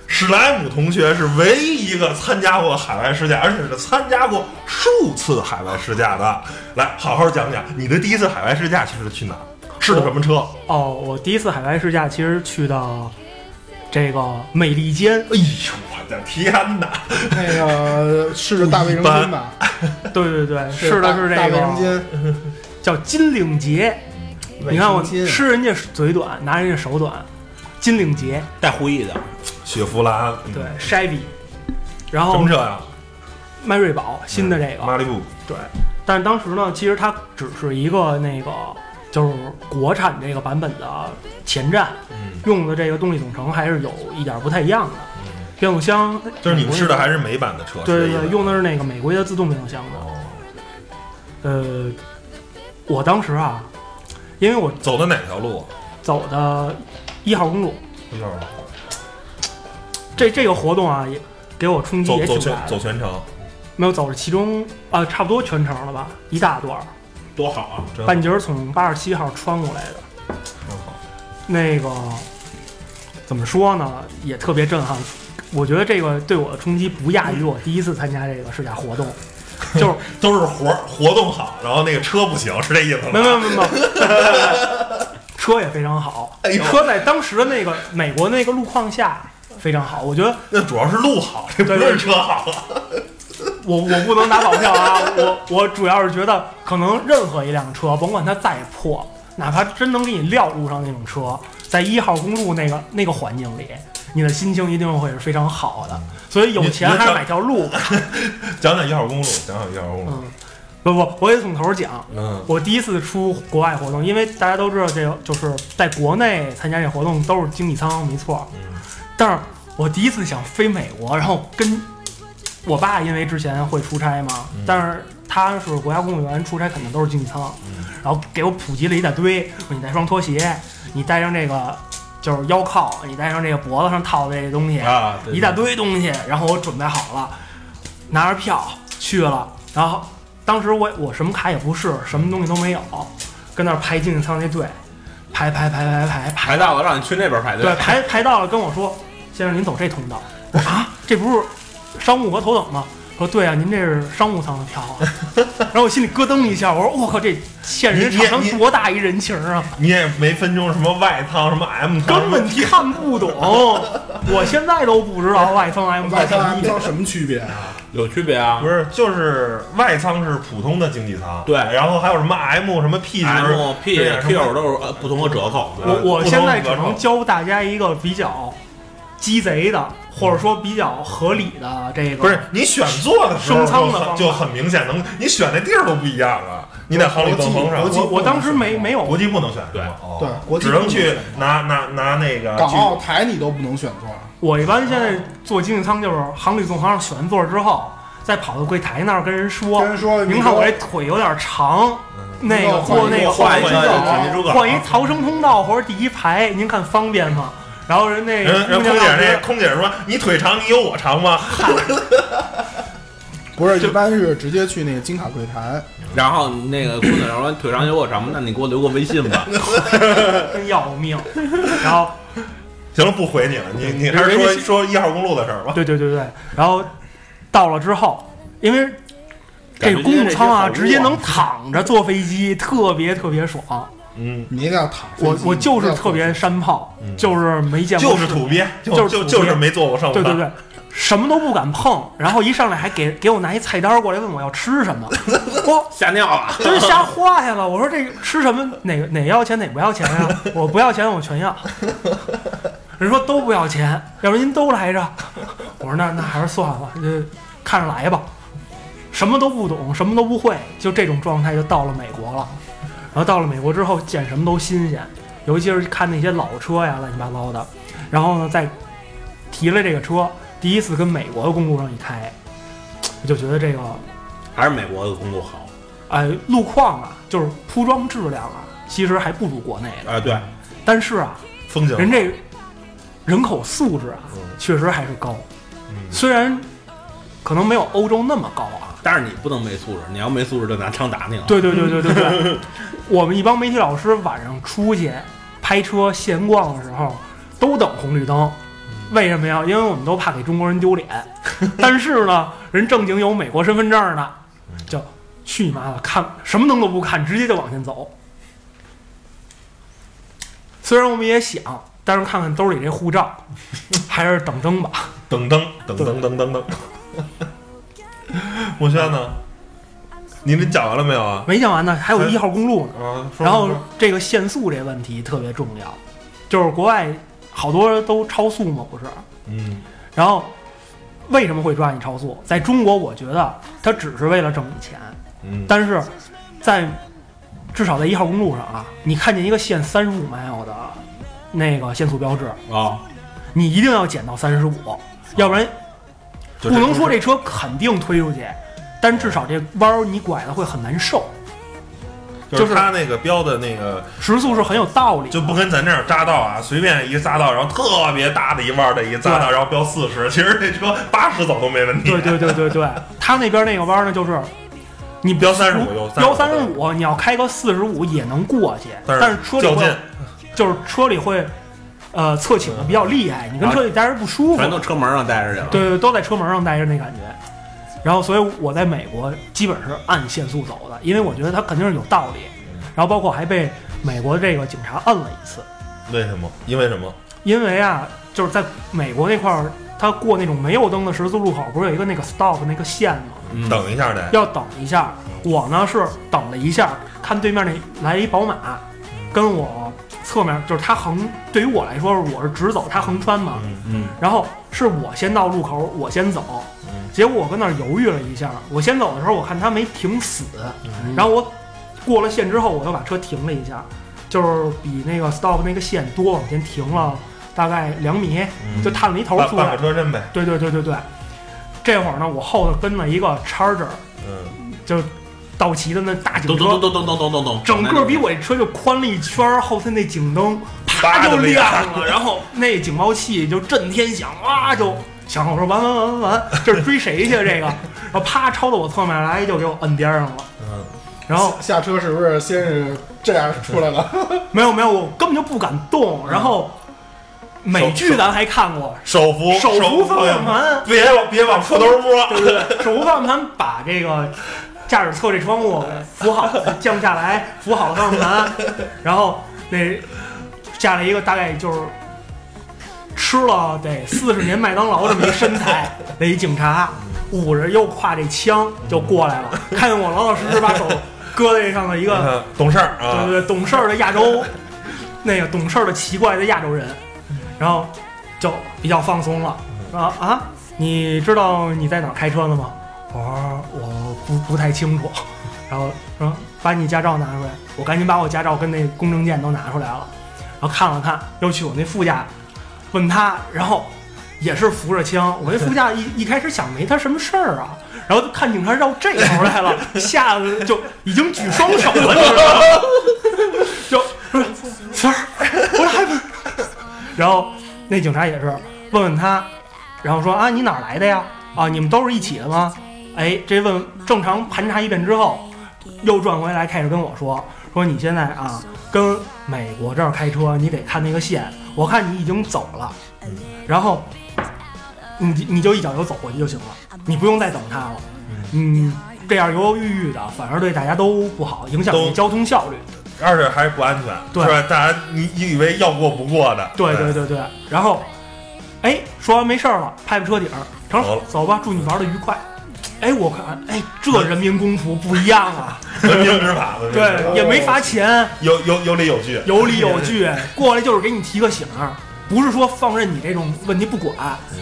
[SPEAKER 2] 史莱姆同学是唯一一个参加过海外试驾，而且是参加过数次海外试驾的。来，好好讲讲你的第一次海外试驾其实去哪儿，试的什么车？
[SPEAKER 3] 哦，我第一次海外试驾其实去到这个美利坚，
[SPEAKER 2] 哎呦，我的天哪！
[SPEAKER 4] 那个是大卫生巾吧？
[SPEAKER 3] 对对对，试的是这
[SPEAKER 4] 大大卫生
[SPEAKER 3] 个
[SPEAKER 4] 巾，
[SPEAKER 3] 叫金领结。
[SPEAKER 2] 嗯
[SPEAKER 3] 你看我吃人家嘴短，拿人家手短，金领结，
[SPEAKER 5] 带护翼的。
[SPEAKER 2] 雪佛兰，嗯
[SPEAKER 3] 对 s h e v y 然
[SPEAKER 2] 什
[SPEAKER 3] 后
[SPEAKER 2] 么车呀？
[SPEAKER 3] 迈锐宝新的这个，
[SPEAKER 2] 马里布。
[SPEAKER 3] 对，但是当时呢，其实它只是一个那个就是国产这个版本的前站
[SPEAKER 2] 嗯，
[SPEAKER 3] 用的这个动力总成还是有一点不太一样的，变速箱
[SPEAKER 2] 嗯就是你们试的还
[SPEAKER 3] 是
[SPEAKER 2] 是美版的车，
[SPEAKER 3] 嗯对
[SPEAKER 2] 是
[SPEAKER 3] 对
[SPEAKER 2] 这意
[SPEAKER 3] 对，
[SPEAKER 2] 思
[SPEAKER 3] 用的是那个美国的自动变速箱的。
[SPEAKER 2] 哦，
[SPEAKER 3] 呃，我当时啊，因为我
[SPEAKER 2] 走的哪条路？啊
[SPEAKER 3] 走的一号公路，
[SPEAKER 2] 一条路
[SPEAKER 3] 这这个活动啊也给我冲击
[SPEAKER 2] 走
[SPEAKER 3] 也挺
[SPEAKER 2] 走
[SPEAKER 3] 大
[SPEAKER 2] 全
[SPEAKER 3] 的
[SPEAKER 2] 走，全程，嗯
[SPEAKER 3] 没有走了其中啊、差不多全程了吧，一大段儿。
[SPEAKER 5] 多好啊！
[SPEAKER 2] 真好
[SPEAKER 3] 半截儿从八十七号穿过来的。
[SPEAKER 2] 真嗯好。
[SPEAKER 3] 那个怎么说呢，也特别震撼。我觉得这个对我的冲击不亚于我第一次参加这个试驾活动，就是
[SPEAKER 2] 都是活活动好，然后那个车不行，是这意思
[SPEAKER 3] 没
[SPEAKER 2] 吗？
[SPEAKER 3] 没没没没， 车也非常好，
[SPEAKER 2] 哎呦
[SPEAKER 3] 车在当时的那个美国那个路况下非常好。我觉得
[SPEAKER 2] 那主要是路好，这不
[SPEAKER 3] 对
[SPEAKER 2] 是
[SPEAKER 3] 对
[SPEAKER 2] 车好。啊
[SPEAKER 3] 我我不能打保票啊，我我主要是觉得可能任何一辆车，甭管它再破，哪怕真能给你撂路上那种车，在一号公路那个那个环境里，你的心情一定会是非常好的。所以有钱还是买条路吧。
[SPEAKER 2] 讲讲一号公路，讲讲一号公路。
[SPEAKER 3] 嗯，不不，我也从头讲。
[SPEAKER 2] 嗯
[SPEAKER 3] 我第一次出国外活动，因为大家都知道这个就是在国内参加这活动都是经济舱，没错。
[SPEAKER 2] 嗯
[SPEAKER 3] 但是我第一次想飞美国，然后跟我爸因为之前会出差嘛，
[SPEAKER 2] 嗯
[SPEAKER 3] 但是他是国家公务员，出差肯定都是经济舱，
[SPEAKER 2] 嗯
[SPEAKER 3] 然后给我普及了一大堆，说你带双拖鞋，你带上这个就是腰靠，你带上这个脖子上套的这个东西，
[SPEAKER 5] 啊，对
[SPEAKER 3] 一大堆东西，然后我准备好了，拿着票去了，然后当时我我什么卡也不是，什么东西都没有，跟那儿排经济舱那队，排排排排排排，
[SPEAKER 5] 排到了，让你去那边排队。
[SPEAKER 3] 对，排排到了跟我说，先生您走这通道，我说啊，这不是商务和头等吗？说对啊，您这是商务舱的票啊，然后我心里咯噔一下，我说我靠，这现人
[SPEAKER 2] 你你
[SPEAKER 3] 厂
[SPEAKER 2] 你
[SPEAKER 3] 商多大一人情啊！
[SPEAKER 2] 你 也没分清什么外仓，什么 M 仓，
[SPEAKER 3] 根本看不懂，我现在都不知道外仓 M
[SPEAKER 4] 外
[SPEAKER 3] 舱
[SPEAKER 4] 仓 M
[SPEAKER 3] 什么
[SPEAKER 4] 仓什么区别啊？
[SPEAKER 5] 有区别啊
[SPEAKER 2] 不。是，就是外仓是普通的经济舱，
[SPEAKER 5] 对
[SPEAKER 2] 然后还有什么 M 什么 P 型
[SPEAKER 5] M P
[SPEAKER 2] 对
[SPEAKER 5] Q
[SPEAKER 2] 什么
[SPEAKER 5] 都是呃不同的折扣，
[SPEAKER 3] 我我
[SPEAKER 2] 不
[SPEAKER 3] 现
[SPEAKER 2] 同
[SPEAKER 3] 在只
[SPEAKER 2] 格
[SPEAKER 3] 能
[SPEAKER 2] 式
[SPEAKER 3] 教大家一个比较鸡贼的，或者说比较合理的这个。
[SPEAKER 2] 不是，你选座的时候
[SPEAKER 3] 升
[SPEAKER 2] 就
[SPEAKER 3] 舱的
[SPEAKER 2] 很
[SPEAKER 3] 方法
[SPEAKER 2] 就很明显能，你选的地儿都不一样啊，你得航里登峰上
[SPEAKER 4] 国。际
[SPEAKER 3] 我我当时没
[SPEAKER 4] 国际
[SPEAKER 3] 没有
[SPEAKER 2] 国际不能选，
[SPEAKER 5] 对
[SPEAKER 2] 是吧哦
[SPEAKER 4] 对国际
[SPEAKER 2] 只
[SPEAKER 4] 不能
[SPEAKER 2] 能去
[SPEAKER 4] 选
[SPEAKER 2] 拿拿拿那个
[SPEAKER 4] 港
[SPEAKER 2] 去
[SPEAKER 4] 澳台你都不能选错，
[SPEAKER 3] 我一般现在坐经济舱就是航旅纵横上选完座之后，再跑到柜台那儿跟人说
[SPEAKER 4] 跟人说，嗯
[SPEAKER 3] 您看我这腿有点长，那个或
[SPEAKER 4] 换
[SPEAKER 3] 那
[SPEAKER 4] 一
[SPEAKER 3] 个
[SPEAKER 4] 个
[SPEAKER 5] 换一个
[SPEAKER 4] 换一个
[SPEAKER 5] 紧急出口，
[SPEAKER 3] 换一逃生通道或者第一排，您看方便吗？然后人那
[SPEAKER 2] 人人空
[SPEAKER 3] 姑娘
[SPEAKER 2] 姐
[SPEAKER 3] 大
[SPEAKER 2] 那
[SPEAKER 3] 姐
[SPEAKER 2] 空姐说：“你腿长，你有我长吗
[SPEAKER 4] 不是一般是直接去那个金卡柜台，
[SPEAKER 5] 然后那个姑娘说腿上有我长吗？那你给我留个微信吧。
[SPEAKER 3] 真要命，然后？”
[SPEAKER 2] 行了，不回你了，你你还是
[SPEAKER 3] 人家
[SPEAKER 2] 说说一号公路的事儿吧。
[SPEAKER 3] 对对对对，然后到了之后，因为这个公务舱啊，
[SPEAKER 5] 感觉
[SPEAKER 3] 直接能躺着坐飞机，特别特别爽。
[SPEAKER 2] 嗯，
[SPEAKER 4] 你那叫躺飞机。
[SPEAKER 3] 我我就
[SPEAKER 4] 你
[SPEAKER 3] 是
[SPEAKER 4] 那叫
[SPEAKER 3] 特别山炮
[SPEAKER 2] 嗯，
[SPEAKER 3] 就是没见过，
[SPEAKER 2] 就是土鳖，
[SPEAKER 3] 就是
[SPEAKER 2] 就
[SPEAKER 3] 土鳖
[SPEAKER 2] 就是没坐过上午
[SPEAKER 3] 对
[SPEAKER 2] 班。
[SPEAKER 3] 对对，什么都不敢碰，然后一上来还给给我拿一菜单儿过来问我要吃什么，我
[SPEAKER 5] 吓尿 了，
[SPEAKER 3] 真吓坏了！我说这吃什么哪个哪个要钱哪个不要钱呀、我不要钱，我全要。人说都不要钱，要不您都来着。我说那那还是算了，就看着来吧。什么都不懂，什么都不会，就这种状态就到了美国了。然后到了美国之后，见什么都新鲜，尤其是看那些老车呀，乱七八糟的。然后呢，再提了这个车，第一次跟美国的公路上一开，我就觉得这个
[SPEAKER 5] 还是美国的公路好
[SPEAKER 3] 哎，路况啊，就是铺装质量啊，其实还不如国内的。
[SPEAKER 5] 啊？对，
[SPEAKER 3] 但是啊，
[SPEAKER 2] 风景
[SPEAKER 3] 人这人口素质啊
[SPEAKER 2] 嗯，
[SPEAKER 3] 确实还是高，
[SPEAKER 2] 嗯
[SPEAKER 3] 虽然可能没有欧洲那么高啊。
[SPEAKER 5] 但是你不能没素质，你要没素质就拿枪打你了。
[SPEAKER 3] 对对对对对对， 我们一帮媒体老师晚上出去拍车闲逛的时候，都等红绿灯。为什么呀？因为我们都怕给中国人丢脸，但是呢，人正经有美国身份证呢，就去你妈的，看什么灯都不看，直接就往前走。虽然我们也想，但是看看兜里这护照，还是等灯吧。
[SPEAKER 2] 噔噔噔噔噔噔 噔。墨轩呢？你们讲完了没有啊？
[SPEAKER 3] 没讲完呢，还有一号公路呢。
[SPEAKER 2] 啊，说
[SPEAKER 3] 然后
[SPEAKER 2] 说
[SPEAKER 3] 这个限速这问题特别重要，就是国外好多都超速嘛，不是？
[SPEAKER 2] 嗯，
[SPEAKER 3] 然后为什么会抓你超速？在中国，我觉得他只是为了挣你钱，
[SPEAKER 2] 嗯
[SPEAKER 3] 但是在至少在一号公路上啊，你看见一个限三十五 mile 的那个限速标志，
[SPEAKER 5] 啊，
[SPEAKER 3] 你一定要减到三十五，要不然
[SPEAKER 2] 啊就
[SPEAKER 3] 不
[SPEAKER 2] 这
[SPEAKER 3] 能
[SPEAKER 2] 故
[SPEAKER 3] 说
[SPEAKER 2] 事
[SPEAKER 3] 这车肯定推出去，但至少这弯儿你拐的会很难受，
[SPEAKER 2] 就
[SPEAKER 3] 就是是
[SPEAKER 2] 他那个标的那个
[SPEAKER 3] 时速是很有道理的，
[SPEAKER 2] 就不跟咱这儿匝道啊，随便一匝道，然后特别大的一弯儿的一匝道，然后标 四十，其实这车八十走都没问题。
[SPEAKER 3] 对对对对对，他那边那个弯儿呢，就是你
[SPEAKER 2] 标35有
[SPEAKER 3] 标
[SPEAKER 2] 35
[SPEAKER 3] 三十五，你要开个四十五也能过去，
[SPEAKER 2] 但
[SPEAKER 3] 但是车里
[SPEAKER 2] 较
[SPEAKER 3] 会
[SPEAKER 2] 劲，
[SPEAKER 3] 就是车里会呃侧倾的比较厉害，你跟车里待着不舒服
[SPEAKER 5] 全，都车门上待着去了。
[SPEAKER 3] 对对，都在车门上待着那感觉。然后，所以我在美国基本是按限速走的，因为我觉得它肯定是有道理。然后包括还被美国这个警察摁了一次，
[SPEAKER 2] 为什么？因为什么？
[SPEAKER 3] 因为啊，就是在美国那块儿，他过那种没有灯的十字路口，不是有一个那个 stop 那个线吗？
[SPEAKER 5] 嗯，
[SPEAKER 2] 等一下得，
[SPEAKER 3] 要等一下。我呢是等了一下，看对面那来一宝马，跟我侧面就是他横，对于我来说我是直走，他横穿嘛。
[SPEAKER 2] 嗯
[SPEAKER 5] 嗯，
[SPEAKER 3] 然后是我先到路口，我先走。
[SPEAKER 2] 嗯
[SPEAKER 3] 结果我跟那儿犹豫了一下，我先走的时候，我看他没停死，
[SPEAKER 2] 嗯
[SPEAKER 3] 然后我过了线之后，我又把车停了一下，就是比那个 stop 那个线多往前停了大概两米，
[SPEAKER 2] 嗯
[SPEAKER 3] 就探了一头
[SPEAKER 2] 半
[SPEAKER 3] 出
[SPEAKER 2] 半
[SPEAKER 3] 来
[SPEAKER 2] 个。车身呗，
[SPEAKER 3] 对对对对对，这会儿呢，我后头跟了一个 Charger，
[SPEAKER 2] 嗯，
[SPEAKER 3] 就是道奇的那大警
[SPEAKER 5] 咚
[SPEAKER 3] 车
[SPEAKER 5] 咚，咚咚咚咚咚咚，
[SPEAKER 3] 整个比我这车就宽了一圈儿，后头那警灯
[SPEAKER 2] 叭
[SPEAKER 3] 啪
[SPEAKER 2] 就
[SPEAKER 3] 就亮
[SPEAKER 2] 亮
[SPEAKER 3] 了，然后那警报器就震天响，哇就响，我说完完完完完，这是追谁去这个？然后啪超到我侧面来，就给我摁边上了。
[SPEAKER 2] 嗯，
[SPEAKER 3] 然后
[SPEAKER 4] 下车是不是先是这样出来了？
[SPEAKER 3] 没有没有，我根本就不敢动。然后美剧咱还看过，
[SPEAKER 2] 手扶
[SPEAKER 3] 手扶方向
[SPEAKER 2] 扶
[SPEAKER 3] 盘，
[SPEAKER 2] 别往别往车兜摸，
[SPEAKER 3] 对不对？手扶方向盘把这个驾驶侧这窗户扶好，降不下来，扶好了方向盘，然后那下来一个大概就是吃了得四十年麦当劳这么一身材的一警察，捂着又挎这枪就过来了，看见我老老实实把手搁在上的一个
[SPEAKER 2] 嗯懂事儿
[SPEAKER 3] 对
[SPEAKER 2] 啊，
[SPEAKER 3] 对对，懂事儿的亚 洲，那个懂事儿的奇怪的亚洲人，
[SPEAKER 2] 嗯
[SPEAKER 3] 然后就比较放松了，说啊，你知道你在哪儿开车呢吗？我说我不不太清
[SPEAKER 2] 嗯
[SPEAKER 3] 楚， 然后说把你驾照拿出来，我赶紧把我驾照跟那公证件都拿出来了，然后看了看，又去我那副驾问他，然后也是扶着枪，我那副驾一一开始想没他什么事儿啊，然后就看警察绕这头来 了，吓得就已经举双手了，你知道吗？就不是词儿，我说还不是，然后那警察也是问问他，然后说啊你哪儿来的呀？啊你们都是一起的吗？哎，这问正常盘查一遍之后，又转回来开始跟我说说你现在啊跟美国这儿开车，你得看那个线，我看你已经走了，然后你你就一脚油走过去就行了，你不用再等他了，嗯。这样犹犹豫豫的，反而对大家都不好，影响
[SPEAKER 2] 都
[SPEAKER 3] 你交通效率。
[SPEAKER 2] 二是还是不安全，
[SPEAKER 3] 对
[SPEAKER 2] 是吧？大家你你以为要过不过的，
[SPEAKER 3] 对对对对，然后，哎，说完没事儿了，拍拍车顶儿，成
[SPEAKER 2] 好了
[SPEAKER 3] 走吧，祝你玩的愉快。哎，我看，哎，这人民公仆不一样啊，
[SPEAKER 2] 对，文明执法，文明执法
[SPEAKER 3] 对，也没罚钱，
[SPEAKER 2] 有有有理有据，
[SPEAKER 3] 有理有据，过来就是给你提个醒儿，不是说放任你这种问题不管，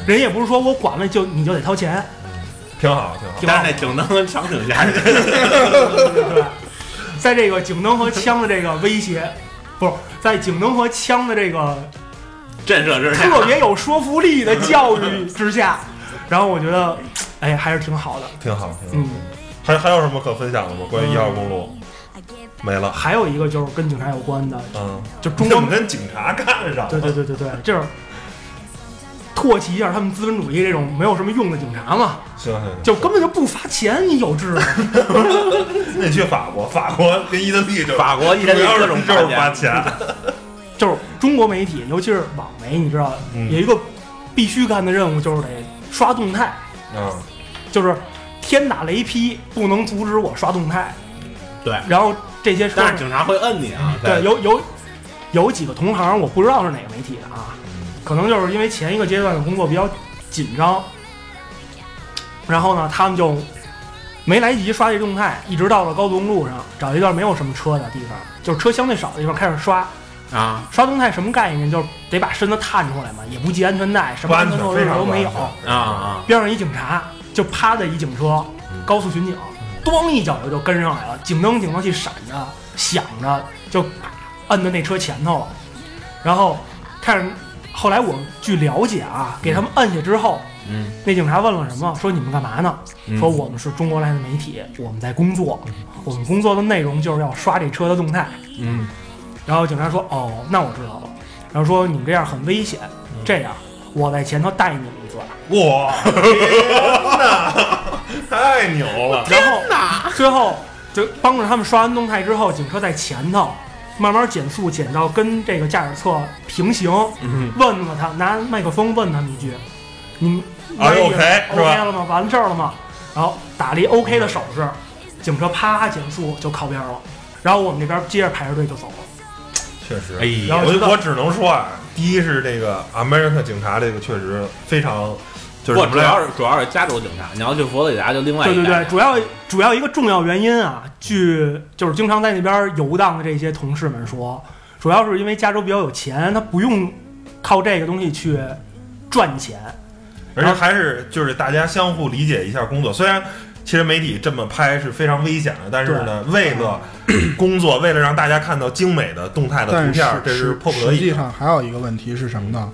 [SPEAKER 3] 人也不是说我管了就你就得掏钱，
[SPEAKER 2] 挺好挺好，
[SPEAKER 3] 挺好
[SPEAKER 5] 但是那警灯跟强挺吓人。
[SPEAKER 3] 对，在这个警灯和枪的这个威胁，不是在警灯和枪的这个
[SPEAKER 5] 震慑之下，
[SPEAKER 3] 特别有说服力的教育之下，然后我觉得，哎，还是挺好的。
[SPEAKER 2] 挺好挺好
[SPEAKER 3] 嗯。，
[SPEAKER 2] 还还有什么可分享的吗？关于一号公路没了，
[SPEAKER 3] 还有一个就是跟警察有关的，
[SPEAKER 2] 嗯，
[SPEAKER 3] 就 中
[SPEAKER 2] 你怎
[SPEAKER 3] 国
[SPEAKER 2] 么，跟警察干上了？
[SPEAKER 3] 对对对对对，就是唾弃一下他们资本主义这种没有什么用的警察嘛，
[SPEAKER 2] 行行行，
[SPEAKER 3] 就根本就不罚钱，你有治吗？
[SPEAKER 2] 那你去法国，法国跟意大利就
[SPEAKER 5] 法国、意大利
[SPEAKER 2] 主要
[SPEAKER 5] 各
[SPEAKER 2] 是
[SPEAKER 5] 种
[SPEAKER 2] 就
[SPEAKER 5] 发
[SPEAKER 2] 是
[SPEAKER 5] 现
[SPEAKER 2] 花钱，
[SPEAKER 3] 就是中国媒体，尤其是网媒，你知道，
[SPEAKER 2] 嗯
[SPEAKER 3] 有一个必须干的任务就是得刷动态，
[SPEAKER 2] 嗯，
[SPEAKER 3] 就是天打雷劈不能阻止我刷动态，
[SPEAKER 5] 对，
[SPEAKER 3] 然后这些车
[SPEAKER 5] 但是警察会摁你啊。
[SPEAKER 3] 对，有有有几个同行，我不知道是哪个媒体的啊，可能就是因为前一个阶段的工作比较紧张，然后呢，他们就没来得及刷这动态，一直到了高速公路上找一段没有什么车的地方，就是车相对少的地方开始刷
[SPEAKER 5] 啊
[SPEAKER 3] 刷动态，什么概念？就是得把身子探出来嘛，也不系安全带，什
[SPEAKER 2] 不
[SPEAKER 3] 么
[SPEAKER 2] 安
[SPEAKER 3] 安全
[SPEAKER 2] 全，
[SPEAKER 3] 措
[SPEAKER 2] 非
[SPEAKER 3] 施
[SPEAKER 2] 常
[SPEAKER 3] 都
[SPEAKER 2] 不安
[SPEAKER 3] 没有
[SPEAKER 2] 全。
[SPEAKER 5] 啊啊！
[SPEAKER 3] 边上一警察就趴在一警车，
[SPEAKER 5] 嗯
[SPEAKER 3] 高速巡警，咣一脚油就跟上来了，警灯警报器闪着响着，就啪摁在那车前头了。然后看着，后来我据了解啊，给他们摁下之后，
[SPEAKER 5] 嗯，
[SPEAKER 3] 那警察问了什么？说你们干嘛呢？
[SPEAKER 5] 嗯
[SPEAKER 3] 说我们是中国来的媒体，我们在工作，我们工作的内容就是要刷这车的动态。
[SPEAKER 5] 嗯，
[SPEAKER 3] 然后警察说：“哦，那我知道了。”然后说：“你们这样很危险，
[SPEAKER 5] 嗯
[SPEAKER 3] 这样我在前头带你们一段。”
[SPEAKER 2] 哇， 太牛了！
[SPEAKER 3] 然后最后就帮着他们刷完动态之后，警车在前头慢慢减速，减到跟这个驾驶侧平行，
[SPEAKER 2] 嗯
[SPEAKER 3] 问了他，拿麦克风问他们一句：“你们
[SPEAKER 2] 啊
[SPEAKER 3] 那个
[SPEAKER 2] OK，是吧
[SPEAKER 3] OK 了吗？完事儿了吗？”然后打了一 OK 的手势，警车啪减速就靠边了，然后我们这边接着排着队就走了。
[SPEAKER 2] 确实，
[SPEAKER 5] 哎呀
[SPEAKER 3] 然后知
[SPEAKER 2] 我
[SPEAKER 3] 道
[SPEAKER 2] 我只能说啊，第一是这个 America 警察这个确实非常，就是怎
[SPEAKER 5] 不，
[SPEAKER 2] 么
[SPEAKER 5] 主
[SPEAKER 2] 来
[SPEAKER 5] 要是主要是加州警察，你要去佛罗里达就另外
[SPEAKER 3] 对
[SPEAKER 5] 一
[SPEAKER 3] 对
[SPEAKER 5] 家
[SPEAKER 3] 对，主要主要一个重要原因啊，据就是经常在那边游荡的这些同事们说，主要是因为加州比较有钱，他不用靠这个东西去赚钱。
[SPEAKER 2] 而且还是就是大家相互理解一下工作，虽然。其实媒体这么拍是非常危险的，但是呢，为了工作，为了让大家看到精美的动态的图
[SPEAKER 4] 但是
[SPEAKER 2] 片，这是
[SPEAKER 4] 实
[SPEAKER 2] 迫不得
[SPEAKER 4] 实际
[SPEAKER 2] 已。
[SPEAKER 4] 上还有一个问题是什么呢？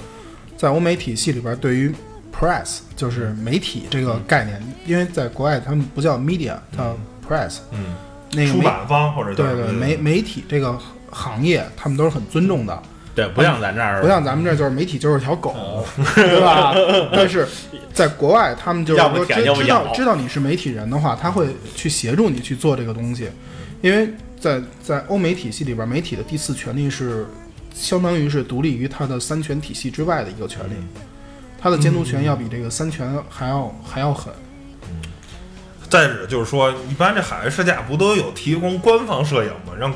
[SPEAKER 4] 在欧美体系里边，对于 press 就是媒体这个概念，因为在国外他们不叫 media，叫 press，
[SPEAKER 2] 嗯，
[SPEAKER 4] 那个
[SPEAKER 2] 出
[SPEAKER 4] 媒
[SPEAKER 2] 版方或者叫
[SPEAKER 4] 对
[SPEAKER 2] 什
[SPEAKER 4] 对
[SPEAKER 2] 么
[SPEAKER 4] 媒媒体这个行业，他们都是很尊重的，
[SPEAKER 5] 对，不像咱这儿，
[SPEAKER 4] 不像咱们这儿就是媒体就是条狗，对吧？但是在国外，他们就是
[SPEAKER 5] 要不
[SPEAKER 4] 说
[SPEAKER 5] 舔
[SPEAKER 4] 知
[SPEAKER 5] 要不
[SPEAKER 4] 知
[SPEAKER 5] 咬
[SPEAKER 4] 道知道你是媒体人的话，他会去协助你去做这个东西，因为在在欧美体系里边，媒体的第四权利是相当于是独立于它的三权体系之外的一个权
[SPEAKER 5] 嗯
[SPEAKER 4] 利，它的
[SPEAKER 3] 嗯
[SPEAKER 4] 监督权要比这个三权还要还要狠。
[SPEAKER 2] 再者就是说，一般这海外摄架不都有提供官方摄影吗？让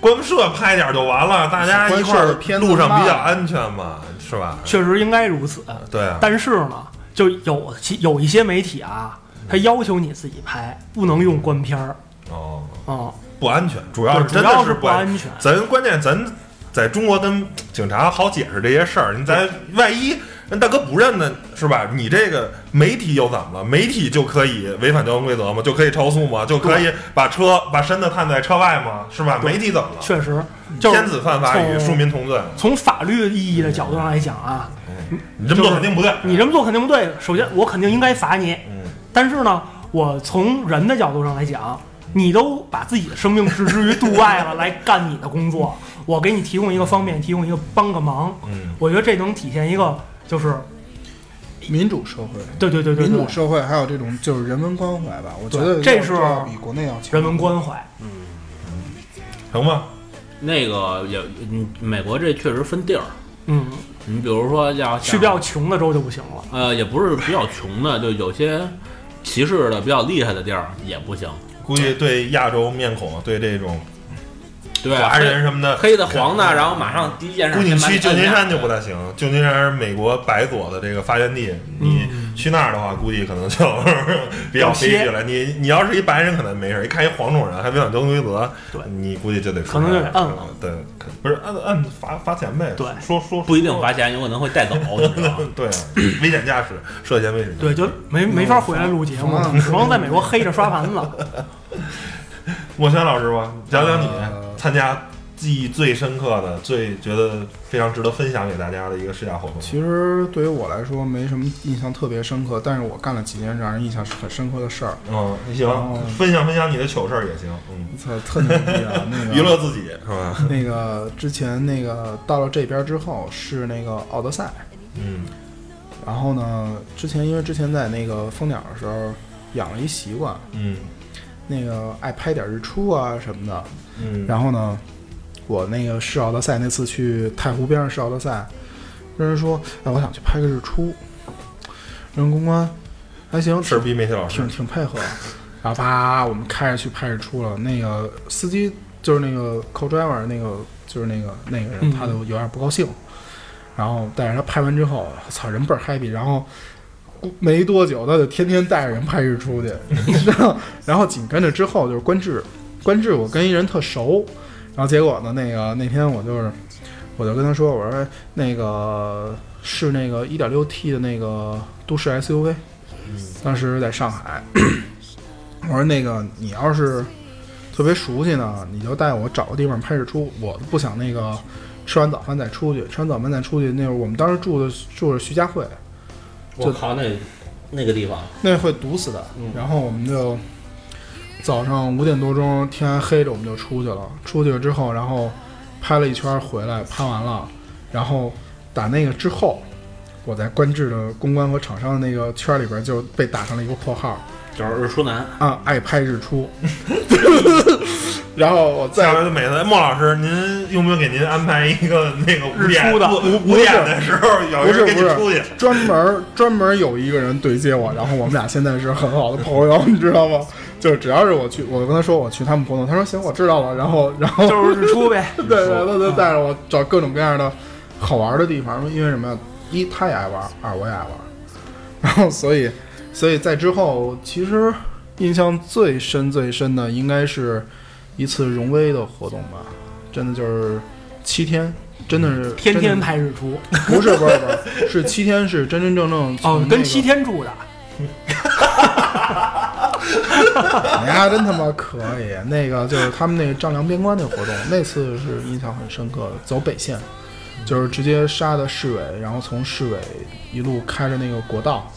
[SPEAKER 2] 官摄拍点儿就完了，大家一块
[SPEAKER 4] 官摄
[SPEAKER 2] 儿
[SPEAKER 4] 的片子
[SPEAKER 2] 路上比较
[SPEAKER 4] 慢
[SPEAKER 2] 安全嘛，是吧？
[SPEAKER 3] 确实应该如此。
[SPEAKER 2] 对啊，
[SPEAKER 3] 但是呢，就有其有一些媒体啊，他要求你自己拍，不能用官片儿
[SPEAKER 2] 哦，
[SPEAKER 3] 啊、
[SPEAKER 2] 不安全，主要是
[SPEAKER 3] 对
[SPEAKER 2] 真
[SPEAKER 3] 主要
[SPEAKER 2] 的
[SPEAKER 3] 是
[SPEAKER 2] 不安
[SPEAKER 3] 不安全
[SPEAKER 2] 咱关键咱在中国跟警察好解释这些事儿，你咱万一人大哥不认呢，是吧？你这个媒体又怎么了？媒体就可以违反交通规则吗？就可以超速吗？就可以把车把身子探在车外吗？是吧？媒体怎么了？
[SPEAKER 3] 确实就是
[SPEAKER 2] 天子犯法与庶
[SPEAKER 3] 从
[SPEAKER 2] 民同罪，
[SPEAKER 3] 从法律意义的角度上来讲啊，
[SPEAKER 2] 你这么做肯定不对。
[SPEAKER 3] 你这么做肯定不对。首先，我肯定应该罚你，
[SPEAKER 2] 嗯，
[SPEAKER 3] 但是呢，我从人的角度上来讲，你都把自己的生命置之于度外了，来干你的工作，我给你提供一个方便，提供一个帮个忙，
[SPEAKER 2] 嗯，
[SPEAKER 3] 我觉得这能体现一个就是
[SPEAKER 4] 民主社会，
[SPEAKER 3] 对对对对
[SPEAKER 4] 民
[SPEAKER 3] 对
[SPEAKER 4] 主社会还有这种就是人文关怀吧，我觉
[SPEAKER 3] 对
[SPEAKER 4] 得
[SPEAKER 3] 这
[SPEAKER 4] 要
[SPEAKER 3] 是
[SPEAKER 4] 要比国内要强
[SPEAKER 3] 人文关怀。
[SPEAKER 2] 成吧。
[SPEAKER 5] 那个也，嗯，美国这确实分地儿，
[SPEAKER 3] 嗯，
[SPEAKER 5] 你比如说要
[SPEAKER 3] 去比较穷的州就不行了。
[SPEAKER 5] 呃，也不是比较穷的，就有些歧视的比较厉害的地儿也不行。
[SPEAKER 2] 估计对亚洲面孔，对这种
[SPEAKER 5] 对，啊
[SPEAKER 2] 华人什么的，
[SPEAKER 5] 黑的、黄的，然后马上第一 件事
[SPEAKER 2] 估计
[SPEAKER 5] 先
[SPEAKER 2] 你
[SPEAKER 5] 把
[SPEAKER 2] 去
[SPEAKER 5] 你
[SPEAKER 2] 旧
[SPEAKER 5] 摁
[SPEAKER 2] 金
[SPEAKER 5] 下
[SPEAKER 2] 山就不太行， 旧金山是美国白左的这个发源地，你去那儿的话，估计可能就 比较悲剧了。你你要是一白人，可能没事；一看一黄种人还违反交通规则，
[SPEAKER 3] 对
[SPEAKER 2] 你估计就得出
[SPEAKER 3] 可能就得
[SPEAKER 2] 事儿
[SPEAKER 3] 摁了。
[SPEAKER 2] 对，可不是摁摁罚罚钱呗。
[SPEAKER 3] 对
[SPEAKER 2] 说说
[SPEAKER 5] 不一定罚钱，有可能会带走，你知 道吗？
[SPEAKER 2] 对啊，危险驾驶，涉嫌危险驾驶。
[SPEAKER 3] 对，就没没法回来录节目，
[SPEAKER 4] 嗯
[SPEAKER 3] 只能在美国黑着刷盘子。
[SPEAKER 2] 莫轩老师吧，讲讲你
[SPEAKER 4] 呃
[SPEAKER 2] 参加记忆最深刻的、最觉得非常值得分享给大家的一个试驾活动。
[SPEAKER 4] 其实对于我来说没什么印象特别深刻，但是我干了几件让人印象很深刻的事儿，
[SPEAKER 2] 嗯，行
[SPEAKER 4] 哦，
[SPEAKER 2] 分享分享你的糗事儿也行。嗯，
[SPEAKER 4] 操，特牛逼 啊！那个
[SPEAKER 2] 娱乐自己是吧？
[SPEAKER 4] 那个之前那个到了这边之后是那个奥德赛，
[SPEAKER 2] 嗯
[SPEAKER 4] 然后呢，之前因为之前在那个蜂鸟的时候养了一习惯，
[SPEAKER 2] 嗯
[SPEAKER 4] 那个爱拍点日出啊什么的，
[SPEAKER 2] 嗯，
[SPEAKER 4] 然后呢，我那个试奥德赛那次去太湖边上试奥德赛，跟人说，哎，我想去拍个日出，人公关还行，
[SPEAKER 2] 是逼媒体老师
[SPEAKER 4] 挺，挺配合。然后叭，我们开着去拍日出了。那个司机就是那个 co driver 那个就是那个那个人，
[SPEAKER 3] 嗯
[SPEAKER 4] 他就有点不高兴。然后带着他拍完之后，操，人倍儿 happy。然后没多久，他就天天带着人拍日出去。然后然后紧跟着之后就是关志，关志我跟一人特熟。然后结果呢，那个那天我就是我就跟他说，我说那个是那个 1.6T 的那个都市 SUV，当时在上海， 我说那个你要是特别熟悉呢，你就带我找个地方拍日出。我不想那个吃完早饭再出去，吃完早饭再出去。那会儿我们当时住的住的是徐家汇，
[SPEAKER 5] 我靠，那那个地方，
[SPEAKER 4] 那会堵死的。然后我们就早上五点多钟，天还黑着，我们就出去了。出去了之后，然后拍了一圈回来，拍完了，然后打那个之后，我在官制的公关和厂商的那个圈里边就被打上了一个括号
[SPEAKER 5] 就是日出男，
[SPEAKER 4] 啊，爱拍日出。 然后我
[SPEAKER 2] 下
[SPEAKER 4] 再
[SPEAKER 2] 回就每次莫老师，您用不用给您安排一个那个五点
[SPEAKER 3] 日出的
[SPEAKER 2] 五五点的时候，有
[SPEAKER 4] 不是
[SPEAKER 2] 人
[SPEAKER 4] 不
[SPEAKER 2] 跟你出去
[SPEAKER 4] 是，专门专门有一个人对接我，然后我们俩现在是很好的朋友，你知道吗？就是只要是我去，我跟他说我去他们活动，他说行，我知道了。然后然后
[SPEAKER 3] 就是日出呗。
[SPEAKER 4] 对对，他就带着我找各种各样的好玩的地方，因为什么呀？一他也爱玩，二我也爱玩，然后所以所以在之后，其实印象最深最深的应该是一次荣威的活动吧，真的就是七天，真的是
[SPEAKER 3] 嗯天
[SPEAKER 4] 真
[SPEAKER 3] 天
[SPEAKER 4] 的
[SPEAKER 3] 拍日出
[SPEAKER 4] 不是不是不是，是七天是真真正正从
[SPEAKER 3] 哦
[SPEAKER 4] 那，
[SPEAKER 3] 跟
[SPEAKER 4] 个
[SPEAKER 3] 七天住的，
[SPEAKER 4] 你丫哎真他妈可以！那个就是他们那个丈量边关那活动，那次是印象很深刻的。走北线，
[SPEAKER 3] 嗯
[SPEAKER 4] 就是直接杀的市委，然后从市委一路开着那个国道，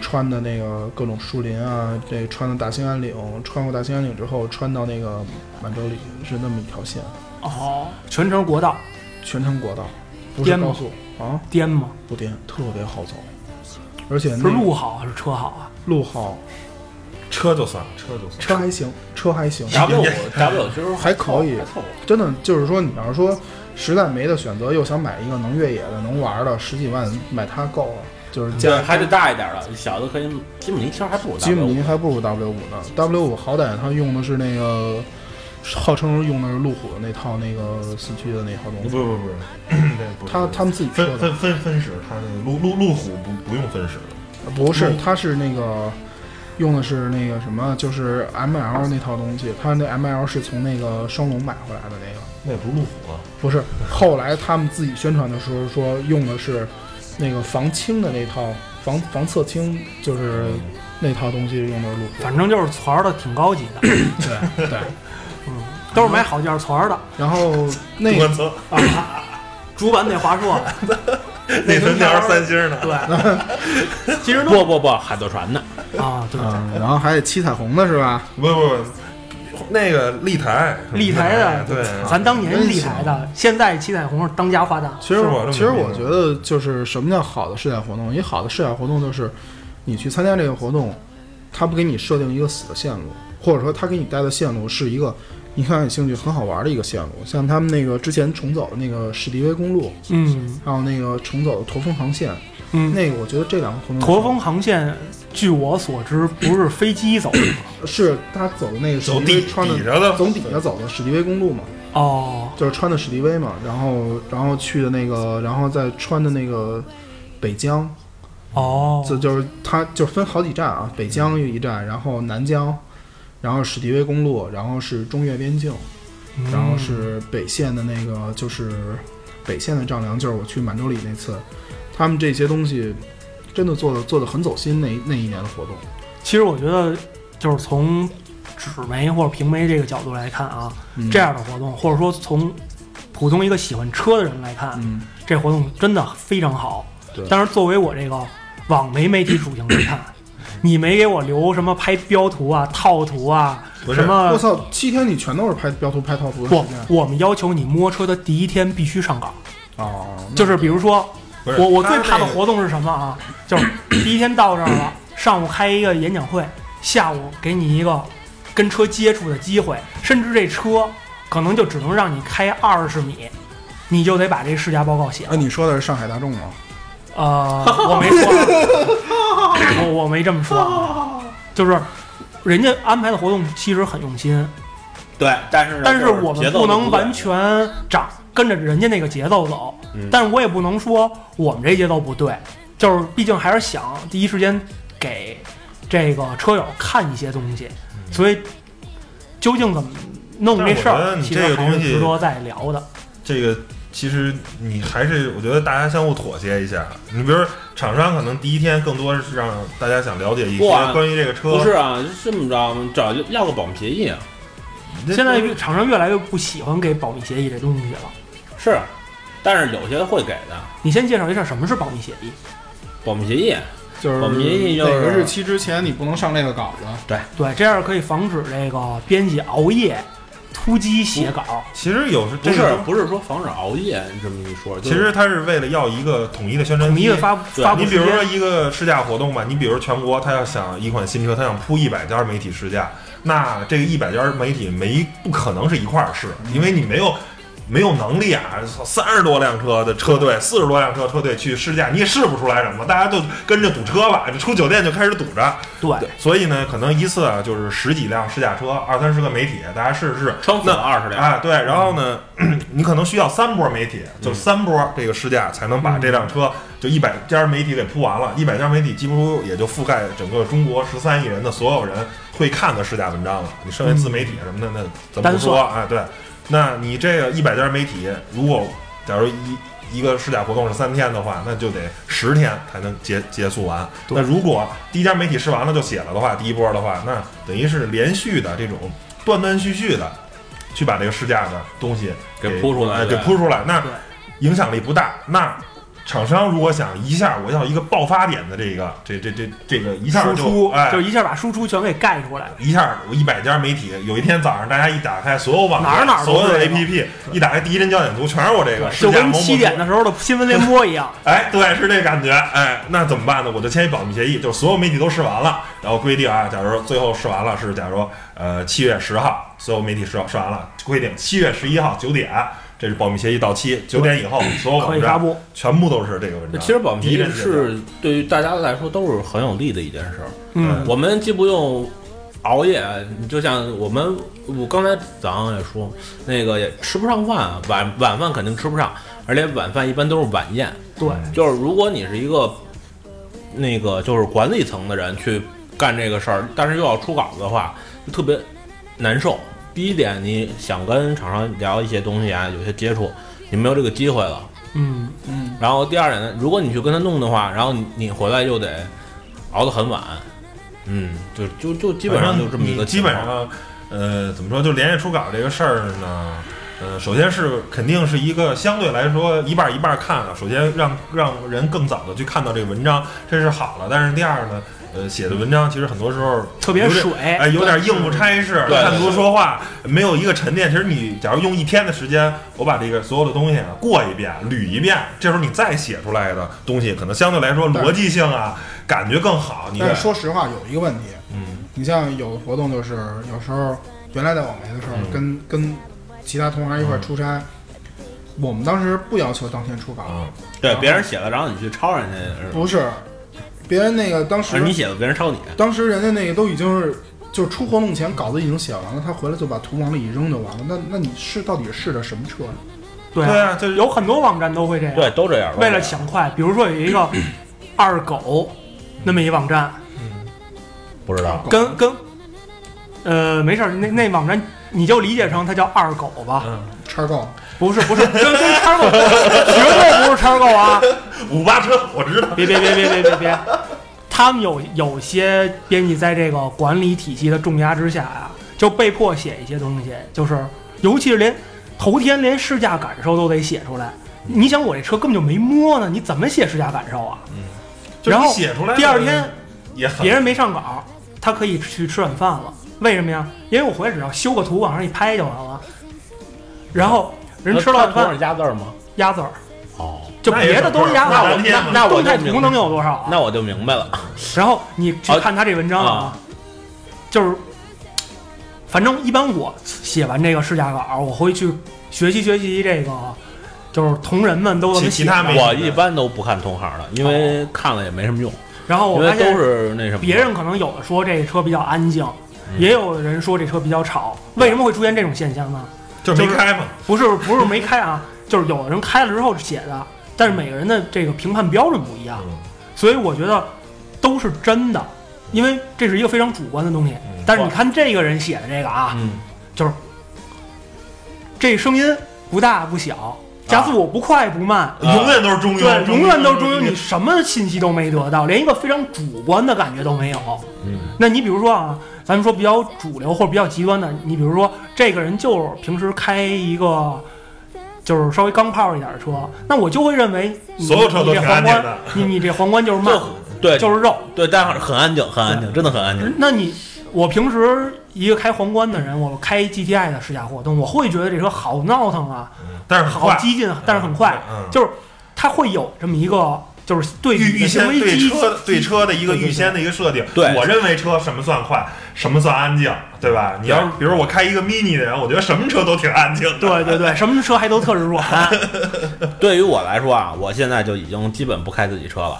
[SPEAKER 4] 穿的那个各种树林啊，这穿的大兴安岭，穿过大兴安岭之后，穿到那个满洲里，是那么一条线，
[SPEAKER 3] 哦，全程国道
[SPEAKER 4] 全程国道，不是
[SPEAKER 3] 颠吗
[SPEAKER 4] 高速啊，
[SPEAKER 3] 颠吗？
[SPEAKER 4] 不颠，特别好走，而且
[SPEAKER 3] 是
[SPEAKER 4] 那
[SPEAKER 3] 路好还是车好啊？
[SPEAKER 4] 路好，
[SPEAKER 2] 车就算了，车就算了。
[SPEAKER 4] 车还行，车还行。
[SPEAKER 5] W W 就是
[SPEAKER 4] 还可以
[SPEAKER 5] 还凑合
[SPEAKER 4] 真的就是说，你要是说实在没得选择，又想买一个能越野的、能玩的，十几万买它够了。就是
[SPEAKER 5] 对，
[SPEAKER 4] 加
[SPEAKER 5] 还得大一点的，小的可以。吉姆尼其实还不如大
[SPEAKER 4] 吉姆尼还不如 W 五呢，W 五好歹它用的是那个，号称用的是路虎的那套那个四驱的那套
[SPEAKER 2] 不
[SPEAKER 4] 东西，
[SPEAKER 2] 不不，这不是
[SPEAKER 4] 他他们自己说
[SPEAKER 2] 分
[SPEAKER 4] 的
[SPEAKER 2] 分分分时，他那路路路虎不不用分时
[SPEAKER 4] 不是，它是那个用的是那个什么，就是 ML 那套东西，它那 ML 是从那个双龙买回来的那个。
[SPEAKER 2] 那也不是路虎啊。
[SPEAKER 4] 不是，后来他们自己宣传的时候说用的是那个防倾的那套防防侧倾，就是那套东西用的是路虎。
[SPEAKER 3] 反正就是玩的挺高级的，
[SPEAKER 4] 对对。
[SPEAKER 3] 都是买好件玩的。
[SPEAKER 4] 然后那
[SPEAKER 2] 我
[SPEAKER 4] 个
[SPEAKER 2] 操，
[SPEAKER 3] 主板 得华硕，
[SPEAKER 2] 那他那是三星呢？
[SPEAKER 3] 对
[SPEAKER 5] 其实不不不，海盗船的
[SPEAKER 3] 啊，对，
[SPEAKER 4] 啊、然后还得七彩虹的是吧？
[SPEAKER 2] 不不不，那个立台，
[SPEAKER 3] 立台的，
[SPEAKER 2] 对，
[SPEAKER 3] 咱当年是立台的，现在七彩虹是当家花旦。
[SPEAKER 4] 其
[SPEAKER 2] 是
[SPEAKER 4] 实
[SPEAKER 2] 我这么
[SPEAKER 4] 其实我
[SPEAKER 2] 理解
[SPEAKER 4] 觉得就是什么叫好的试驾活动？一好的试驾活动就是你去参加这个活动，他不给你设定一个死的线路，或者说他给你带的线路是一个你很感兴趣、很好玩的一个线路。像他们那个之前重走的那个史迪威公路，
[SPEAKER 3] 嗯
[SPEAKER 4] 还有那个重走的驼峰航线，
[SPEAKER 3] 嗯，
[SPEAKER 4] 那个我觉得这两个活动
[SPEAKER 3] 驼峰航线，据我所知不是飞机走 的
[SPEAKER 4] 是他走的那个史
[SPEAKER 2] 走
[SPEAKER 4] 迪
[SPEAKER 2] 地
[SPEAKER 4] 威穿的
[SPEAKER 2] 底下的
[SPEAKER 4] 从底下走的史迪威公路嘛，
[SPEAKER 3] 哦，
[SPEAKER 4] 就是穿的史迪威嘛，然后然后去的那个，然后再穿的那个北疆，
[SPEAKER 3] 哦，
[SPEAKER 4] 这就是它就分好几站啊，北疆有一站，然后南疆，然后史迪威公路，然后是中越边境，
[SPEAKER 3] 嗯
[SPEAKER 4] 然后是北线的那个就是北线的丈量，就是我去满洲里那次，他们这些东西真的做的做的很走心那一那一年的活动。
[SPEAKER 3] 其实我觉得，就是从纸媒或者平媒这个角度来看啊，
[SPEAKER 4] 嗯
[SPEAKER 3] 这样的活动，或者说从普通一个喜欢车的人来看，
[SPEAKER 4] 嗯，
[SPEAKER 3] 这活动真的非常好
[SPEAKER 4] 对。
[SPEAKER 3] 但是作为我这个网媒媒体属性来看，你没给我留什么拍标图啊、套图啊，
[SPEAKER 2] 不是
[SPEAKER 3] 什么
[SPEAKER 4] 我操，七天你全都是拍标图、拍套图的
[SPEAKER 3] 不
[SPEAKER 4] 时间，啊
[SPEAKER 3] 我们要求你摸车的第一天必须上岗，
[SPEAKER 4] 哦，那
[SPEAKER 3] 就是比如说
[SPEAKER 2] 不是
[SPEAKER 3] 我我
[SPEAKER 2] 他
[SPEAKER 3] 最怕
[SPEAKER 2] 那
[SPEAKER 3] 的
[SPEAKER 2] 个
[SPEAKER 3] 活动是什么啊？就是 第一天到这儿了，上午开一个演讲会，下午给你一个跟车接触的机会，甚至这车可能就只能让你开二十米，你就得把这试驾报告写
[SPEAKER 4] 啊，
[SPEAKER 3] 了。
[SPEAKER 4] 你说的是上海大众吗？
[SPEAKER 3] 呃，我没说啊，我我没这么说啊， 就是人家安排的活动其实很用心，
[SPEAKER 5] 对，但是
[SPEAKER 3] 但是
[SPEAKER 5] 就是
[SPEAKER 3] 我
[SPEAKER 5] 节
[SPEAKER 3] 们
[SPEAKER 5] 奏
[SPEAKER 3] 不
[SPEAKER 5] 就
[SPEAKER 3] 能
[SPEAKER 5] 对
[SPEAKER 3] 完全长跟着人家那个节奏走，
[SPEAKER 5] 嗯
[SPEAKER 3] 但是我也不能说我们这节奏不对，就是毕竟还是想第一时间给这个车友看一些东西，
[SPEAKER 2] 嗯
[SPEAKER 3] 所以究竟怎么弄这事
[SPEAKER 2] 但我觉
[SPEAKER 3] 儿，
[SPEAKER 2] 得你
[SPEAKER 3] 其
[SPEAKER 2] 这个
[SPEAKER 3] 实还
[SPEAKER 2] 东
[SPEAKER 3] 是
[SPEAKER 2] 西
[SPEAKER 3] 值得再聊的。
[SPEAKER 2] 这个其实你还是，我觉得大家相互妥协一下。你比如说厂商可能第一天更多是让大家想了解一
[SPEAKER 5] 不啊
[SPEAKER 2] 些关于这个车，
[SPEAKER 5] 不是啊，是这么着，找要个保密协议啊，
[SPEAKER 2] 那
[SPEAKER 3] 现在厂商越来越不喜欢给保密协议这东西了。
[SPEAKER 5] 是，但是有些会给的
[SPEAKER 3] 你先介绍一下什么是保密协议？
[SPEAKER 5] 保密协议，
[SPEAKER 4] 就是
[SPEAKER 5] 我们爷爷就
[SPEAKER 4] 哪
[SPEAKER 5] 是
[SPEAKER 4] 个日期之前你不能上这个稿子？
[SPEAKER 3] 对，这样可以防止这个编辑熬夜、突击写稿，
[SPEAKER 2] 其实有时
[SPEAKER 5] 不
[SPEAKER 2] 这
[SPEAKER 5] 是
[SPEAKER 2] 个
[SPEAKER 5] 不是说防止熬夜，你这么一说，就
[SPEAKER 2] 其实它是为了要一个统一的宣传
[SPEAKER 3] 统
[SPEAKER 2] 机
[SPEAKER 3] 一的发
[SPEAKER 5] 对
[SPEAKER 3] 发布
[SPEAKER 2] 你
[SPEAKER 3] 时
[SPEAKER 2] 比如说
[SPEAKER 3] 间。
[SPEAKER 2] 一个试驾活动吧，你比如全国他要想一款新车，他想铺一百家媒体试驾，那这一百家媒体没不可能是一块儿试，因为你没有没有能力啊，三十多辆车的车队，四十多辆车车队去试驾，你也试不出来什么，大家就跟着堵车吧，出酒店就开始堵着。
[SPEAKER 3] 对，
[SPEAKER 2] 所以呢，可能一次啊就是十几辆试驾车，二三十个媒体，大家试试。
[SPEAKER 5] 窗口
[SPEAKER 2] 那
[SPEAKER 5] 二十辆，
[SPEAKER 2] 啊，对，然后呢， 你可能需要三波媒体，
[SPEAKER 3] 嗯
[SPEAKER 2] 就是三波这个试驾才能把这辆车就一百家媒体给铺完了。一百家媒体几乎也就覆盖整个中国十三亿人的所有人会看的试驾文章了。你剩下自媒体什么的，那咱
[SPEAKER 3] 嗯单
[SPEAKER 2] 不说
[SPEAKER 3] 算
[SPEAKER 2] 啊。对，那你这个一百家媒体，如果假如一一个试驾活动是三天的话，那就得十天才能结结束完。
[SPEAKER 3] 对
[SPEAKER 2] 那如果第一家媒体试完了就写了的话，第一波的话，那等于是连续的这种断断续续的去把这个试驾的东西
[SPEAKER 5] 给铺出来
[SPEAKER 2] 哎给
[SPEAKER 5] 对
[SPEAKER 2] 铺出来，那
[SPEAKER 3] 对
[SPEAKER 2] 影响力不大。那厂商如果想一下我要一个爆发点的这个这这这这个一下
[SPEAKER 3] 输
[SPEAKER 2] 就
[SPEAKER 3] 出
[SPEAKER 2] 哎
[SPEAKER 3] 就一下把输出全给盖出来，
[SPEAKER 2] 一下，我一百家媒体，有一天早上大家一打开，所有网站
[SPEAKER 3] 哪儿哪儿都
[SPEAKER 2] 所有的
[SPEAKER 3] 是这个
[SPEAKER 2] APP，一打开第一帧焦点图全是我这个，
[SPEAKER 3] 就
[SPEAKER 2] 试驾
[SPEAKER 3] 跟
[SPEAKER 2] 某某
[SPEAKER 3] 七点的时候的新闻联播 一样。
[SPEAKER 2] 哎，对，是这感觉。哎，那怎么办呢？我就签一保密协议，就是所有媒体都试完了，然后规定啊，假如最后试完了是，假如呃七月十号，所有媒体试试完了，规定七月十一号九点，这是保密协议到期，九点以后所有
[SPEAKER 3] 可
[SPEAKER 2] 网
[SPEAKER 3] 以发
[SPEAKER 2] 站
[SPEAKER 3] 布，
[SPEAKER 2] 全部都是这个文章。
[SPEAKER 5] 其实保密
[SPEAKER 2] 第一
[SPEAKER 5] 协
[SPEAKER 2] 人
[SPEAKER 5] 议是对于大家来说都是很有利的一件事儿。
[SPEAKER 3] 嗯，
[SPEAKER 5] 我们既不用熬夜，你就像我们，我刚才早上也说，那个也吃不上饭，晚晚饭肯定吃不上，而且晚饭一般都是晚宴。
[SPEAKER 3] 对，
[SPEAKER 5] 就是如果你是一个那个就是管理层的人去干这个事儿，但是又要出稿子的话，就特别难受。第一点，你想跟厂商聊一些东西啊，有些接触，你没有这个机会了。
[SPEAKER 3] 嗯，
[SPEAKER 4] 嗯，
[SPEAKER 5] 然后第二点呢，如果你去跟他弄的话，然后你你回来又得熬得很晚，嗯，就就就基嗯本上就这么一个
[SPEAKER 2] 你基
[SPEAKER 5] 情
[SPEAKER 2] 本
[SPEAKER 5] 况
[SPEAKER 2] 上，呃，怎么说？就连夜出稿这个事儿呢，呃，首先是肯定是一个相对来说一半儿一半儿看啊。首先让让人更早的去看到这个文章，这是好了。但是第二呢，呃，写的文章其实很多时候
[SPEAKER 3] 特别
[SPEAKER 2] 有点
[SPEAKER 3] 水
[SPEAKER 2] 哎，有点应付差事，
[SPEAKER 5] 对对
[SPEAKER 2] 看图说话，没有一个沉淀。其实你假如用一天的时间，我把这个所有的东西啊过一遍、捋一遍，这时候你再写出来的东西，可能相对来说
[SPEAKER 4] 对
[SPEAKER 2] 逻辑性啊，感觉更好。你
[SPEAKER 4] 但是说实话，有一个问题，
[SPEAKER 2] 嗯，
[SPEAKER 4] 你像有的活动就是有时候原来在网媒的时候
[SPEAKER 2] 嗯，
[SPEAKER 4] 跟跟其他同行
[SPEAKER 5] 嗯
[SPEAKER 4] 一块儿出差，我们当时不要求当天出稿，
[SPEAKER 2] 啊，
[SPEAKER 5] 对别人写了，然后你去抄人家，呃
[SPEAKER 4] 不是，别人那个当
[SPEAKER 5] 而
[SPEAKER 4] 时
[SPEAKER 5] 啊你写的别人抄你，
[SPEAKER 4] 当时人家那个都已经是就是出活动前稿子已经写完了，他回来就把图往里一扔就完了。那那你是到底试的什么车呢？
[SPEAKER 3] 对
[SPEAKER 2] 对啊，就是
[SPEAKER 3] 有很多网站都会这样。
[SPEAKER 5] 对，都这样。
[SPEAKER 3] 为了抢快，比如说有一 个二狗那么一网站，
[SPEAKER 5] 不知道，
[SPEAKER 3] 跟跟呃没事儿，那那网站你就理解成它叫二狗吧，
[SPEAKER 2] 嗯，
[SPEAKER 4] 叉购，
[SPEAKER 3] 不是不是，跟跟叉狗绝对不是叉狗啊！
[SPEAKER 2] 五八车我知道。
[SPEAKER 3] 别别别别别别别，他们有有些编辑在这个管理体系的重压之下呀、就被迫写一些东西，就是尤其是连头天连试驾感受都得写出来。你想我这车根本就没摸呢，你怎么写试驾感受啊？
[SPEAKER 2] 嗯就是
[SPEAKER 3] 然
[SPEAKER 2] 你
[SPEAKER 3] 后
[SPEAKER 2] 写出来的
[SPEAKER 3] 第二天
[SPEAKER 2] 也很
[SPEAKER 3] 别人没上稿，他可以去吃晚饭了。为什么呀？因为我回来只要修个图，往上一拍就完了。然后人吃了晚
[SPEAKER 5] 多少
[SPEAKER 3] 饭，
[SPEAKER 5] 加字儿吗？
[SPEAKER 3] 压字儿，
[SPEAKER 5] 哦，
[SPEAKER 3] 就别的都是压字
[SPEAKER 2] 那
[SPEAKER 3] 儿。
[SPEAKER 2] 我那
[SPEAKER 5] 那我
[SPEAKER 3] 动
[SPEAKER 5] 就
[SPEAKER 3] 态
[SPEAKER 5] 明白
[SPEAKER 3] 图能有多少啊？
[SPEAKER 5] 那我就明白了。
[SPEAKER 3] 然后你去看他这文章
[SPEAKER 5] 啊，
[SPEAKER 3] 就是，反正一般我写完这个试驾稿，我会去学习学习这个，就是同仁们都怎么
[SPEAKER 2] 其
[SPEAKER 3] 写的。
[SPEAKER 2] 其他没
[SPEAKER 5] 我一般都不看同行的，因为看了也没什么用，
[SPEAKER 3] 然
[SPEAKER 5] 因
[SPEAKER 3] 后我
[SPEAKER 5] 为
[SPEAKER 3] 发现
[SPEAKER 5] 都是那什么。
[SPEAKER 3] 别人可能有的说这车比较安静，
[SPEAKER 5] 嗯
[SPEAKER 3] 也有人说这车比较吵。为什么会出现这种现象呢？
[SPEAKER 2] 就是没开嘛，
[SPEAKER 3] 不是不是没开啊， 就是有的人开了之后写的，但是每个人的这个评判标准不一样，所以我觉得都是真的，因为这是一个非常主观的东西。但是你看这个人写的这个啊，
[SPEAKER 5] 嗯，
[SPEAKER 3] 这声音不大不小，加速不快不慢，
[SPEAKER 5] 啊
[SPEAKER 2] 永远都是中庸，
[SPEAKER 3] 对，永远都是中庸，你
[SPEAKER 2] 你
[SPEAKER 3] 什么信息都没得到，连一个非常主观的感觉都没有。
[SPEAKER 5] 嗯，
[SPEAKER 3] 那你比如说啊，咱们说比较主流或者比较极端的，你比如说这个人就是平时开一个就是稍微钢炮一点的车，那我就会认为你
[SPEAKER 2] 所有车都
[SPEAKER 3] 你这
[SPEAKER 2] 挺
[SPEAKER 3] 皇
[SPEAKER 2] 安全
[SPEAKER 3] 冠
[SPEAKER 2] 的，
[SPEAKER 3] 你你这皇冠就是慢，
[SPEAKER 5] 就对，嗯
[SPEAKER 3] 就是肉。
[SPEAKER 5] 对，但是很安静，很安静，真的很安静。
[SPEAKER 3] 那你我平时一个开皇冠的人，我开 GTI 的试驾活动，我会觉得这车好闹腾啊，
[SPEAKER 2] 嗯但是很
[SPEAKER 3] 好
[SPEAKER 2] 快，
[SPEAKER 3] 激进，但是很快，
[SPEAKER 2] 嗯，
[SPEAKER 3] 就是它会有这么一个就是对你
[SPEAKER 2] 预
[SPEAKER 3] 的
[SPEAKER 2] 预先
[SPEAKER 3] 行为
[SPEAKER 2] 对
[SPEAKER 3] 机
[SPEAKER 2] 车对车的一个预先的一个设定。
[SPEAKER 5] 对对
[SPEAKER 2] 我认为车什么算快，什么算安静，对吧？你要是比如我开一个 mini 的人，我觉得什么车都挺安静的。
[SPEAKER 3] 对对对，什么车还都特别软，
[SPEAKER 5] 对于我来说啊，我现在就已经基本不开自己车了。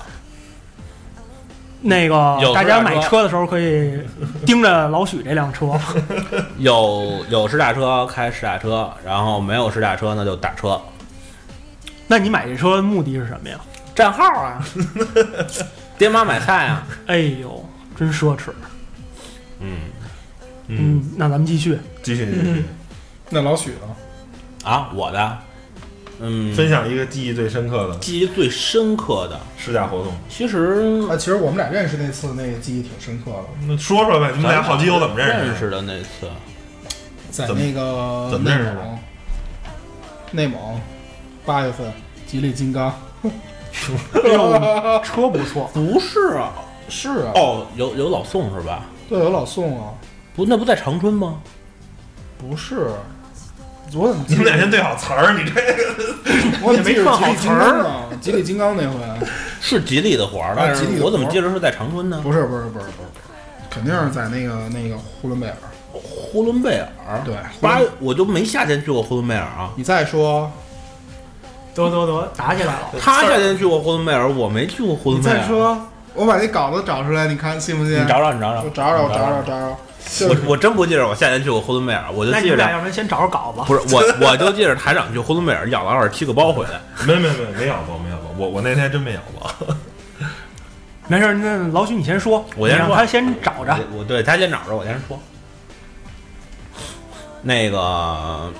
[SPEAKER 3] 那个
[SPEAKER 5] 有时候
[SPEAKER 3] 大家买
[SPEAKER 5] 说
[SPEAKER 3] 车的时候可以盯着老许这辆车，
[SPEAKER 5] 有有试驾车开试驾车，然后没有试驾车那就打车
[SPEAKER 3] 那你买这车的目的是什么呀？
[SPEAKER 5] 占号啊， 爹妈买菜啊。
[SPEAKER 3] 哎呦，真奢侈。
[SPEAKER 5] 嗯
[SPEAKER 2] 嗯，
[SPEAKER 3] 嗯，那咱们继续。
[SPEAKER 2] 继续继续
[SPEAKER 4] 那老许呢？
[SPEAKER 5] 啊，我的，嗯，
[SPEAKER 2] 分享一个记忆最深刻的
[SPEAKER 5] 记忆最深刻的，
[SPEAKER 2] 试驾活动，
[SPEAKER 5] 其实
[SPEAKER 4] 啊，其实我们俩认识那次，那个记忆挺深刻的，
[SPEAKER 2] 嗯那说说呗，你们俩好基友怎么认
[SPEAKER 5] 认
[SPEAKER 2] 识的？
[SPEAKER 5] 识的那次，
[SPEAKER 4] 在
[SPEAKER 2] 怎么
[SPEAKER 4] 那个
[SPEAKER 2] 怎么
[SPEAKER 4] 内
[SPEAKER 2] 认识的
[SPEAKER 4] 蒙，内蒙八月份，吉利金 刚，
[SPEAKER 3] 哎呦，车不 错，
[SPEAKER 5] 不是啊，
[SPEAKER 4] 是啊，
[SPEAKER 5] 哦，有有老宋是吧？
[SPEAKER 4] 对，有老宋啊，
[SPEAKER 5] 不，那不在长春吗？
[SPEAKER 4] 不是，我怎 么
[SPEAKER 2] 你
[SPEAKER 4] 记
[SPEAKER 2] 们俩
[SPEAKER 4] 得
[SPEAKER 2] 先对好词儿，你这个
[SPEAKER 4] 我怎么
[SPEAKER 3] 没
[SPEAKER 4] 记得
[SPEAKER 3] 串
[SPEAKER 4] 吉
[SPEAKER 3] 好
[SPEAKER 4] 利
[SPEAKER 3] 词
[SPEAKER 4] 金
[SPEAKER 3] 儿
[SPEAKER 4] 刚呢？吉利金刚那回
[SPEAKER 5] 是吉利的活儿，
[SPEAKER 4] 啊
[SPEAKER 5] 但
[SPEAKER 4] 吉利
[SPEAKER 5] 是
[SPEAKER 4] 的
[SPEAKER 5] 我怎么
[SPEAKER 4] 活儿
[SPEAKER 5] 记着是在长春呢？
[SPEAKER 4] 不是不是不是不是，肯定是在那个那个呼伦贝尔。
[SPEAKER 5] 呼伦贝尔，
[SPEAKER 4] 对
[SPEAKER 5] 八
[SPEAKER 4] 呼伦
[SPEAKER 5] 我就没夏天去过呼伦贝尔啊。
[SPEAKER 4] 你再说，
[SPEAKER 3] 得得得，打起来了。
[SPEAKER 5] 他夏天去过呼伦贝尔，我没去过呼
[SPEAKER 4] 你
[SPEAKER 5] 伦贝尔。啊
[SPEAKER 4] 再，说，我把那稿子找出来，你看信不信
[SPEAKER 5] 你？找找，你找找，
[SPEAKER 4] 我找找，我
[SPEAKER 5] 你
[SPEAKER 4] 找
[SPEAKER 5] 找
[SPEAKER 4] 找，找。找。就是
[SPEAKER 5] 我我真不记着我夏天去过呼伦贝尔，我就
[SPEAKER 3] 那你
[SPEAKER 5] 记
[SPEAKER 3] 们俩
[SPEAKER 5] 着，
[SPEAKER 3] 要不然先找着稿吧。
[SPEAKER 5] 不是我我就记着台长去呼伦贝尔咬了二十七个包回来。
[SPEAKER 2] 没没没没咬过，没咬过，我我那天真没咬过。
[SPEAKER 3] 啊没事，那老许你先说，
[SPEAKER 5] 我先
[SPEAKER 3] 你让
[SPEAKER 5] 说
[SPEAKER 3] 他先找着。
[SPEAKER 5] 我我对他先找着，我先说。那个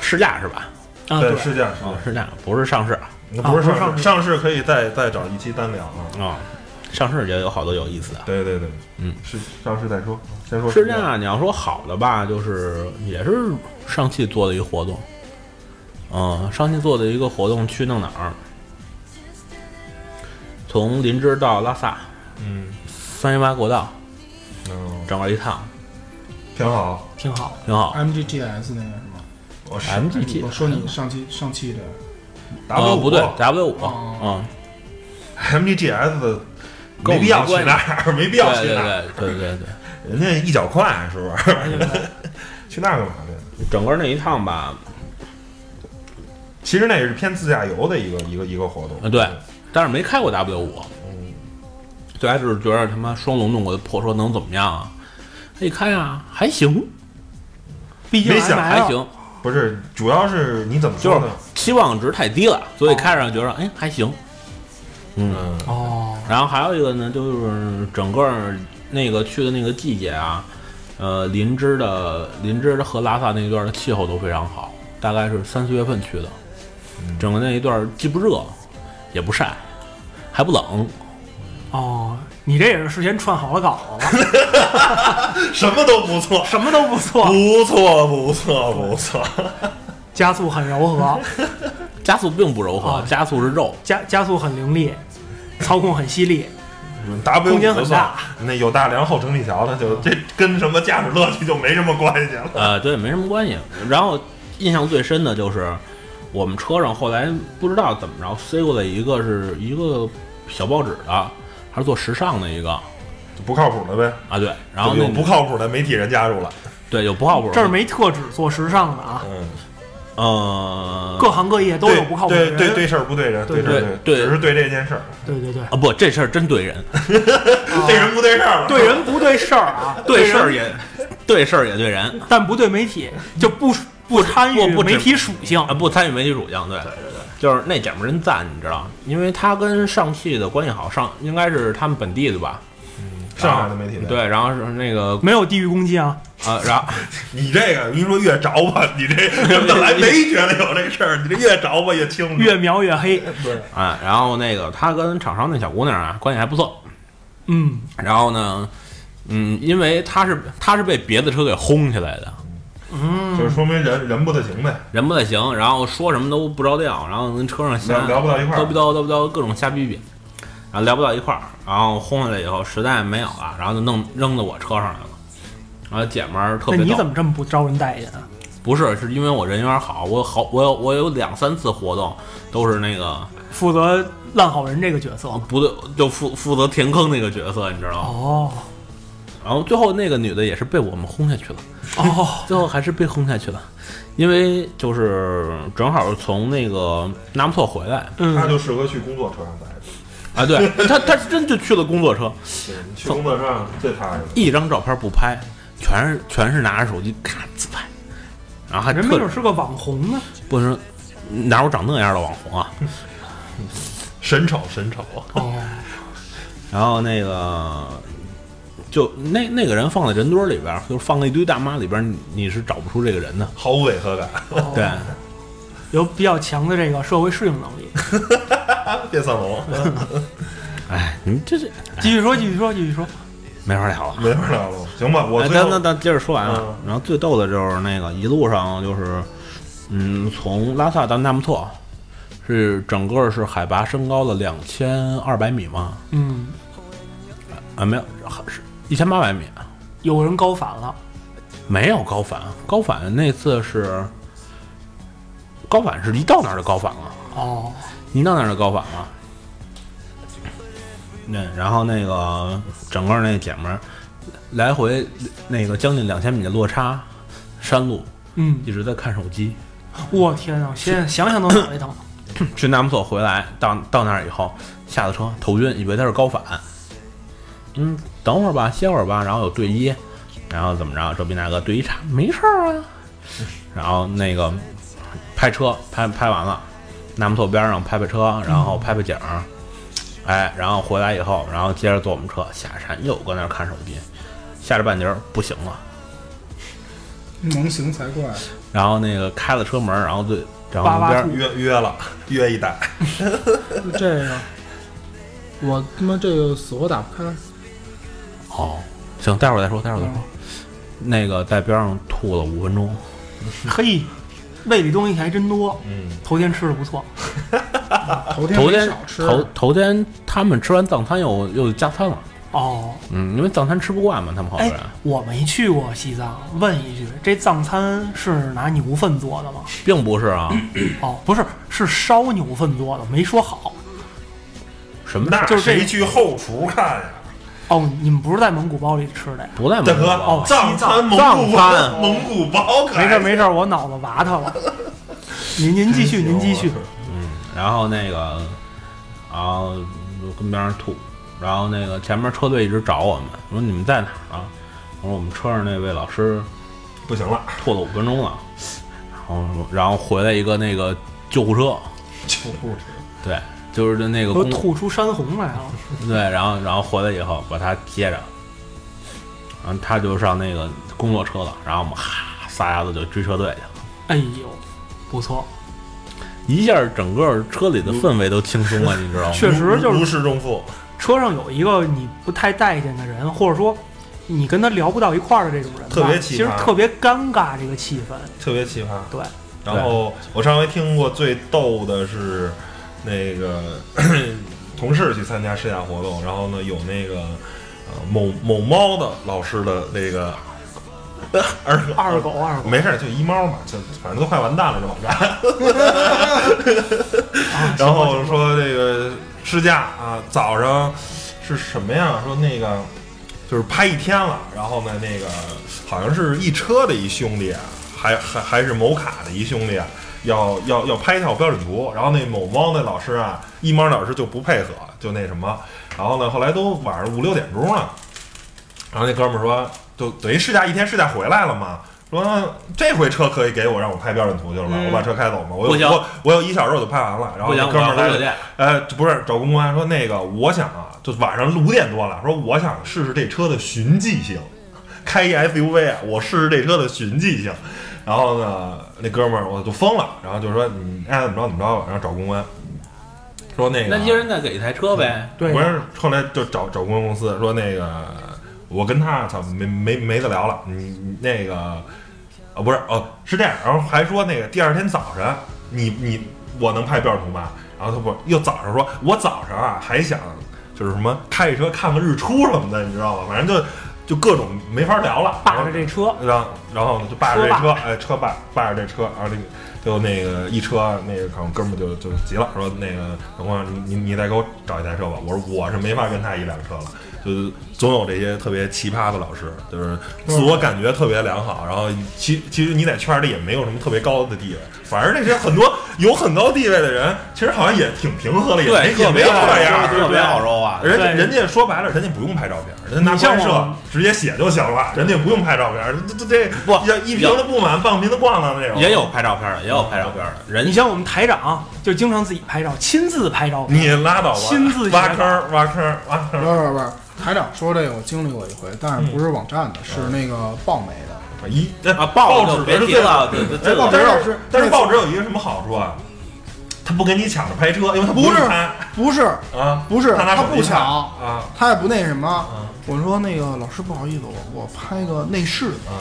[SPEAKER 5] 试驾是吧？
[SPEAKER 3] 啊，
[SPEAKER 2] 对，
[SPEAKER 3] 对，
[SPEAKER 2] 是这样，是这
[SPEAKER 5] 啊
[SPEAKER 2] 样，
[SPEAKER 5] 试驾不是上市啊、
[SPEAKER 2] 那不是
[SPEAKER 3] 啊
[SPEAKER 2] 上市，
[SPEAKER 3] 不是
[SPEAKER 2] 上市可以再再找一期单聊啊。
[SPEAKER 5] 哦上市也有好多有意思的。
[SPEAKER 2] 对对对，
[SPEAKER 5] 嗯，
[SPEAKER 2] 是上市再说，啊先说
[SPEAKER 5] 试
[SPEAKER 2] 试驾。
[SPEAKER 5] 驾啊你要说好的吧，就是也是上汽做的一个活动，嗯，上汽做的一个活动去弄哪儿？从林芝到拉萨，
[SPEAKER 2] 嗯，
[SPEAKER 5] 三幺八国道
[SPEAKER 2] 嗯，
[SPEAKER 5] 整个一趟，
[SPEAKER 2] 挺好。
[SPEAKER 3] 挺好。
[SPEAKER 5] 挺
[SPEAKER 2] 哎
[SPEAKER 5] 好。
[SPEAKER 4] MGTS 那个是吗？
[SPEAKER 2] 我是
[SPEAKER 5] MGT
[SPEAKER 4] 我说你上期上期的，
[SPEAKER 5] 啊
[SPEAKER 2] W
[SPEAKER 5] 不对 W 五，
[SPEAKER 4] 哦
[SPEAKER 5] 嗯，
[SPEAKER 2] MGGS
[SPEAKER 5] 跟
[SPEAKER 2] 没
[SPEAKER 5] 我们
[SPEAKER 2] 必要
[SPEAKER 5] 没
[SPEAKER 2] 去
[SPEAKER 5] 关系
[SPEAKER 2] 那儿， 没必
[SPEAKER 5] 对
[SPEAKER 2] 要去
[SPEAKER 5] 对
[SPEAKER 2] 那儿，
[SPEAKER 5] 对对对对。
[SPEAKER 2] 人家一脚快，是不是？去那儿干嘛去？
[SPEAKER 5] 整个那一趟吧，
[SPEAKER 2] 其实那也是偏自驾游的一个一个一个活动。
[SPEAKER 5] 啊对，但是没开过 W 五，最开始觉得他妈双龙弄过的破车能怎么样啊？一开啊，还行，
[SPEAKER 3] 毕竟
[SPEAKER 2] 没想
[SPEAKER 3] M
[SPEAKER 5] 还
[SPEAKER 3] L
[SPEAKER 5] 行，
[SPEAKER 2] 不是，主要是你怎么
[SPEAKER 5] 就
[SPEAKER 2] 说
[SPEAKER 5] 是
[SPEAKER 2] 呢？
[SPEAKER 5] 期望值太低了，
[SPEAKER 2] 哦
[SPEAKER 5] 所以开上觉得哎还行。嗯，
[SPEAKER 2] 嗯，
[SPEAKER 3] 哦，
[SPEAKER 5] 然后还有一个呢，就是整个那个去的那个季节啊，呃，林芝的林芝和拉萨那一段的气候都非常好，大概是三四月份去的，
[SPEAKER 3] 嗯
[SPEAKER 5] 整个那一段既不热也不晒，还不冷，
[SPEAKER 3] 哦，你这也是事先串好了稿了，
[SPEAKER 2] 什么都不错，
[SPEAKER 3] 什么都不错，
[SPEAKER 2] 不错，不错，不错。
[SPEAKER 3] 加速很柔和，
[SPEAKER 5] 加速并不柔和，
[SPEAKER 3] 哦
[SPEAKER 5] 加速是肉。
[SPEAKER 3] 加加速很凌厉，操控很犀利。
[SPEAKER 2] W
[SPEAKER 3] 空间
[SPEAKER 2] 不
[SPEAKER 3] 很
[SPEAKER 2] 错
[SPEAKER 3] 大，
[SPEAKER 2] 那有大梁后承力桥的，就这跟什么驾驶乐趣就没什么关系了。
[SPEAKER 3] 哦
[SPEAKER 5] 呃，对，没什么关系。然后印象最深的就是我们车上后来不知道怎么着塞过来一个是一个小报纸的，还是做时尚的一个啊，
[SPEAKER 2] 就不靠谱了呗，
[SPEAKER 5] 对。然后
[SPEAKER 2] 有
[SPEAKER 5] 那
[SPEAKER 2] 不靠谱的媒体人加入了。
[SPEAKER 5] 对有不靠谱的，
[SPEAKER 3] 这儿没特指做时尚的啊，
[SPEAKER 2] 嗯，
[SPEAKER 5] 呃
[SPEAKER 3] 各行各业都有不靠谱的
[SPEAKER 2] 对
[SPEAKER 3] 人。
[SPEAKER 2] 对对事儿不对人，
[SPEAKER 3] 对
[SPEAKER 2] 事儿
[SPEAKER 5] 对对
[SPEAKER 2] 只是对这件事儿，
[SPEAKER 3] 对对对
[SPEAKER 5] 啊不，这事儿真对人，
[SPEAKER 2] 对人不对事儿了。
[SPEAKER 3] 对人不对事儿啊，
[SPEAKER 5] 事儿
[SPEAKER 3] 人
[SPEAKER 5] 也 对事儿也对人
[SPEAKER 3] 但不对媒体，就不不参与
[SPEAKER 5] 不不
[SPEAKER 3] 媒体属性。
[SPEAKER 5] 啊，不参与媒体属性，对对对。就是那姐们儿真赞，你知道，因为她跟上汽的关系好，上应该是他们本地的吧？
[SPEAKER 2] 上海的媒体人，
[SPEAKER 5] 对，然后是那个
[SPEAKER 3] 没有地域攻击啊，
[SPEAKER 5] 啊，然后
[SPEAKER 2] 你这个，我跟你说越着吧，你这人本来没觉得有这事儿，你这越着吧越清楚。
[SPEAKER 3] 越描越黑。
[SPEAKER 5] 啊，然后那个他跟厂商那小姑娘啊关系还不错，
[SPEAKER 3] 嗯，
[SPEAKER 5] 然后呢，嗯，因为他是他是被别的车给轰起来的，
[SPEAKER 2] 就是说明人人不太行呗。
[SPEAKER 5] 人不太行，然后说什么都不着调，然后跟车上瞎
[SPEAKER 2] 聊聊不到一块儿
[SPEAKER 5] 叨逼叨叨逼叨各种瞎逼逼，然后聊不到一块儿，然后轰下来以后实在没有了，然后就弄扔到我车上来了，然后姐们儿特别
[SPEAKER 3] 那
[SPEAKER 5] 逗。
[SPEAKER 3] 你怎么这么不招人待见啊？
[SPEAKER 5] 不是，是因为我人缘好，我有好，我有我有两三次活动都是那个
[SPEAKER 3] 负责烂好人这个角色吗？
[SPEAKER 5] 不对，就负负责填坑那个角色，你知道吗？
[SPEAKER 3] 哦
[SPEAKER 5] 然后最后那个女的也是被我们轰下去了，
[SPEAKER 3] 哦，
[SPEAKER 5] 最后还是被轰下去了，因为就是正好从那个纳木错回 来
[SPEAKER 2] 他
[SPEAKER 3] 嗯，
[SPEAKER 2] 就适合去工作车上待着。
[SPEAKER 5] 啊，对她她真就去了工作车，
[SPEAKER 2] 对你去工作车上最踏实。
[SPEAKER 5] 一张照片不拍，全是全是拿着手机咔自拍，然 后还
[SPEAKER 3] 人没准
[SPEAKER 5] 特
[SPEAKER 3] 是个网红呢。
[SPEAKER 5] 不能哪有长那样的网红啊？
[SPEAKER 2] 神丑神丑，
[SPEAKER 3] 哦，
[SPEAKER 5] 然后那个就那那个人放在人堆儿里边儿，就是放在一堆大妈里边儿，你你是找不出这个人的。
[SPEAKER 2] 毫无违和感。
[SPEAKER 3] 哦
[SPEAKER 5] 对，
[SPEAKER 3] 有比较强的这个社会适应能力。
[SPEAKER 2] 变色龙
[SPEAKER 5] 哎，你们这是
[SPEAKER 3] 继续说，继续说，继续说。
[SPEAKER 5] 没法聊了。
[SPEAKER 2] 没法聊了，行吧？我
[SPEAKER 5] 哎，
[SPEAKER 2] 最
[SPEAKER 5] 咱那
[SPEAKER 2] 后
[SPEAKER 5] 咱接着说完啊。然后最逗的就是那个一路上就是，嗯，从拉萨到纳木错，是整个是海拔升高了两千二百米吗？
[SPEAKER 3] 嗯，
[SPEAKER 5] 啊，没有，是一千八百米。
[SPEAKER 3] 有人高反了。
[SPEAKER 5] 没有高反，高反那次是高反是一到那儿就高反了。
[SPEAKER 3] 哦，
[SPEAKER 5] 您到那儿就高反了。那然后那个整个那姐们儿来回那个将近两千米的落差，山路
[SPEAKER 3] 嗯，
[SPEAKER 5] 一直在看手机。
[SPEAKER 3] 我天啊，现在想想都脑袋疼。
[SPEAKER 5] 去纳木错回来，到到那儿以后下了车头晕，以为他是高反。嗯，等会儿吧，歇会儿吧，然后有队医，然后怎么着？这边大哥队医查没事儿啊。然后那个拍车拍拍完了，纳木错边上拍拍车，然后拍拍景儿，哎，然后回来以后，然后接着坐我们车下山，又搁那儿看手机，下着半截儿不行了。
[SPEAKER 4] 能行才怪。啊
[SPEAKER 5] 然后那个开了车门，然后对，然后
[SPEAKER 3] 哇哇
[SPEAKER 5] 那边儿
[SPEAKER 3] 吐
[SPEAKER 2] 约约了，约一单。
[SPEAKER 4] 这个，我他妈这个死活打不开。
[SPEAKER 5] 哦，行，待会儿再说，待会儿再说。那个在边上吐了五分钟，
[SPEAKER 3] 嘿，胃里东西还真多。
[SPEAKER 2] 嗯，
[SPEAKER 3] 头天吃的不错。
[SPEAKER 4] 头天
[SPEAKER 5] 头
[SPEAKER 4] 没
[SPEAKER 5] 天
[SPEAKER 4] 少吃，
[SPEAKER 5] 头头天他们吃完藏餐又又加餐了，
[SPEAKER 3] 哦，
[SPEAKER 5] 嗯，因为藏餐吃不惯嘛，他们好多
[SPEAKER 3] 哎
[SPEAKER 5] 人，
[SPEAKER 3] 我没去过西藏，问一句，这藏餐是拿牛粪做的吗？
[SPEAKER 5] 并不是啊，
[SPEAKER 3] 哦，不是，是烧牛粪做的，没说好。
[SPEAKER 5] 什么
[SPEAKER 2] 那
[SPEAKER 3] 就是这
[SPEAKER 2] 谁去后厨看呀？
[SPEAKER 3] 哦，你们不是在蒙古包里吃的呀？
[SPEAKER 5] 不在蒙
[SPEAKER 2] 大
[SPEAKER 5] 古
[SPEAKER 2] 哥，
[SPEAKER 5] 包
[SPEAKER 3] 哦，
[SPEAKER 2] 藏餐蒙古
[SPEAKER 5] 藏餐
[SPEAKER 2] 包，蒙古包可
[SPEAKER 5] 哎
[SPEAKER 3] 没事
[SPEAKER 2] 还
[SPEAKER 3] 儿没事儿，我脑子瓦特 了。您您继续，您继续。
[SPEAKER 5] 然后那个，然后就跟边上吐，然后那个前面车队一直找我们，我说你们在哪儿啊？我说我们车上那位老师
[SPEAKER 2] 不行了，
[SPEAKER 5] 吐了五分钟了，然后然后回来一个那个救护车，
[SPEAKER 2] 救护车。
[SPEAKER 5] 对，就是那个
[SPEAKER 3] 我
[SPEAKER 5] 公
[SPEAKER 3] 吐出山红来了。
[SPEAKER 5] 对，然后然后回来以后把他接着，然后他就上那个工作车了，然后我们哈撒丫子就追车队去了，
[SPEAKER 3] 哎呦，不错，
[SPEAKER 5] 一下整个车里
[SPEAKER 2] 嗯
[SPEAKER 5] 的氛围都轻松了，你知道吗？
[SPEAKER 3] 确实就
[SPEAKER 2] 如如
[SPEAKER 3] 是
[SPEAKER 2] 释重负，
[SPEAKER 3] 车上有一个你不太待见的人，或者说你跟他聊不到一块儿的这种人吧，
[SPEAKER 2] 特别
[SPEAKER 3] 其
[SPEAKER 2] 奇葩
[SPEAKER 3] 实特别尴尬这个气氛。
[SPEAKER 2] 特别奇葩。
[SPEAKER 3] 对，
[SPEAKER 2] 然后我上回听过最逗的是，那个 同事去参加试驾活动，然后呢有那个呃某某猫的老师的那个呃二哥，
[SPEAKER 3] 二狗二狗
[SPEAKER 2] 没事儿就一猫嘛，就反正都快完蛋了这网站。
[SPEAKER 3] 啊，
[SPEAKER 2] 然
[SPEAKER 3] 行
[SPEAKER 2] 后
[SPEAKER 3] 吧
[SPEAKER 2] 说这个试驾啊，早上是什么呀？说那个就是拍一天了，然后呢，那个好像是一车的一兄弟啊，还还还是某卡的一兄弟啊，要要要拍一套标准图，然后那某猫那老师啊，一猫老师就不配合，就那什么，然后呢，后来都晚上五六点钟了，然后那哥们儿说，就等于试驾一天试驾回来了嘛。说这回车可以给我，让我拍标准图去了吧？
[SPEAKER 5] 嗯
[SPEAKER 2] 我把车开走嘛，我
[SPEAKER 5] 不行
[SPEAKER 2] 有我我有一小时我就拍完了，然后
[SPEAKER 5] 不行，
[SPEAKER 2] 那
[SPEAKER 5] 我
[SPEAKER 2] 哥们
[SPEAKER 5] 要
[SPEAKER 2] 儿
[SPEAKER 5] 回
[SPEAKER 2] 来
[SPEAKER 5] 酒
[SPEAKER 2] 了，
[SPEAKER 5] 店。
[SPEAKER 2] 呃，不是找公安说那个，我想啊，就晚上五点多了，说我想试试这车的循迹性，开一 SUV 啊，我试试这车的循迹性。然后呢，那哥们儿我就疯了，然后就说你爱怎么着怎么着吧，然后找公安说那个，
[SPEAKER 5] 那一人再给一台车呗，
[SPEAKER 3] 对
[SPEAKER 2] 不是，后来就找找公关公司说那个，我跟他操没没没得聊了，你你那个啊不是哦是这样，然后还说那个第二天早晨你你我能拍标准图吧？然后他不又早上说，我早上啊还想就是什么开着车看个日出什么的，你知道吗？反正就就各种没法聊了，
[SPEAKER 3] 霸着这车，
[SPEAKER 2] 然后然后就霸着这
[SPEAKER 3] 车
[SPEAKER 2] 车，哎，车霸霸着这车，然后那个就那个一车那个可能哥们儿就就急了，说那个等会儿你你你再给我找一台车吧，我说我是没法跟他一辆车了，就是总有这些特别奇葩的老师，就是自我感觉特别良好，然后其其实你在圈里也没有什么特别高的地位，反正那些很多有很高地位的人，其实好像也挺平和嗯的，也没
[SPEAKER 5] 对，
[SPEAKER 2] 也
[SPEAKER 5] 特
[SPEAKER 2] 没
[SPEAKER 5] 别
[SPEAKER 2] 有
[SPEAKER 5] 好
[SPEAKER 2] 那样，啊
[SPEAKER 5] 特别好说话。
[SPEAKER 2] 人家
[SPEAKER 3] 对
[SPEAKER 2] 人家说白了，人家不用拍照片，人家拿
[SPEAKER 3] 你像
[SPEAKER 2] 官摄
[SPEAKER 3] 我
[SPEAKER 2] 直接写就行了，人家不用拍照片，这这这
[SPEAKER 5] 不
[SPEAKER 2] 要一瓶的不满，半瓶的逛了那种。
[SPEAKER 5] 也有拍照片的，也有拍照片的。人
[SPEAKER 3] 你像我们台长就经常自己拍照，亲自拍照，
[SPEAKER 2] 你拉倒吧，
[SPEAKER 3] 亲自
[SPEAKER 2] 挖
[SPEAKER 3] 学
[SPEAKER 2] 坑挖坑挖
[SPEAKER 4] 不
[SPEAKER 2] 坑，
[SPEAKER 4] 是不是不是，台长说这个我经历过一回，但是不是
[SPEAKER 5] 嗯
[SPEAKER 4] 网站的，是那个报媒的。
[SPEAKER 2] 一
[SPEAKER 5] 啊，
[SPEAKER 2] 报
[SPEAKER 5] 报就
[SPEAKER 2] 纸
[SPEAKER 5] 别
[SPEAKER 2] 是
[SPEAKER 5] 提
[SPEAKER 2] 最
[SPEAKER 5] 了，对对
[SPEAKER 2] 哎
[SPEAKER 5] 对，
[SPEAKER 4] 报纸
[SPEAKER 2] 但
[SPEAKER 4] 老
[SPEAKER 2] 是
[SPEAKER 4] 师
[SPEAKER 2] 但是
[SPEAKER 4] 那次
[SPEAKER 2] 报纸有一个什么好处啊？他不跟你抢着拍车，因为他
[SPEAKER 4] 不
[SPEAKER 2] 用
[SPEAKER 4] 是
[SPEAKER 2] 拍
[SPEAKER 4] 不是
[SPEAKER 2] 啊，
[SPEAKER 4] 不是，
[SPEAKER 2] 他拿
[SPEAKER 4] 他
[SPEAKER 2] 手机
[SPEAKER 4] 不
[SPEAKER 2] 拍
[SPEAKER 4] 抢，
[SPEAKER 2] 啊
[SPEAKER 4] 他也不那什么
[SPEAKER 2] 嗯。
[SPEAKER 4] 我说那个老师不好意思，我我拍个内饰的，
[SPEAKER 2] 啊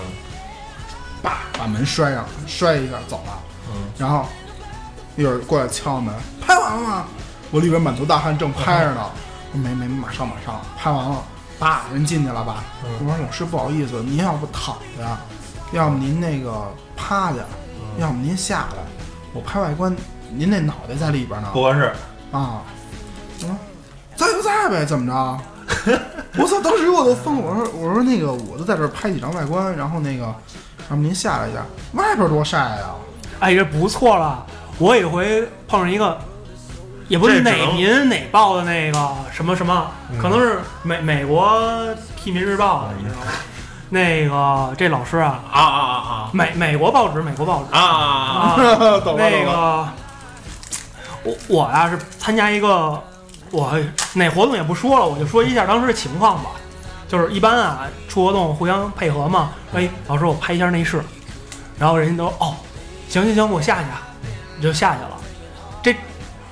[SPEAKER 4] 叭把门摔上，摔一下走了。
[SPEAKER 2] 嗯
[SPEAKER 4] 然后一会儿过来敲门，拍完了吗？我里边满头大汗，正拍着呢。我说没没，马上马上，拍完了，爸人进去了吧？
[SPEAKER 2] 嗯
[SPEAKER 4] 我说老师不好意思，您要不躺着，要么您那个趴着，
[SPEAKER 2] 嗯
[SPEAKER 4] 要么您下来，我拍外观，您那脑袋在里边呢。
[SPEAKER 2] 不合适，
[SPEAKER 4] 啊，嗯，在就在呗，怎么着？ 我操！当时我都疯了，我说我说那个，我就在这儿拍几张外观，然后那个，要不您下来一下，外边多晒啊呀、
[SPEAKER 3] 哎，这不错了。我有一回碰上一个，也不是
[SPEAKER 2] 这
[SPEAKER 3] 哪
[SPEAKER 2] 只能嗯
[SPEAKER 3] 民哪报的那个什么什么，可能是美美国《替民日报》的，你知道吗？
[SPEAKER 2] 嗯
[SPEAKER 3] 那个这老师啊，
[SPEAKER 5] 啊啊
[SPEAKER 3] 美美国报纸，美 国报纸
[SPEAKER 5] 啊啊啊！
[SPEAKER 3] 啊，
[SPEAKER 4] 懂了
[SPEAKER 3] 那
[SPEAKER 4] 懂了。
[SPEAKER 3] 个，我我呀、是参加一个，我哪活动也不说了，我就说一下当时的情况吧。就是一般啊，出活动互相配合嘛。哎，老师，我拍一下内饰，然后人家都哦，行行行，我下去啊，你就下去了。这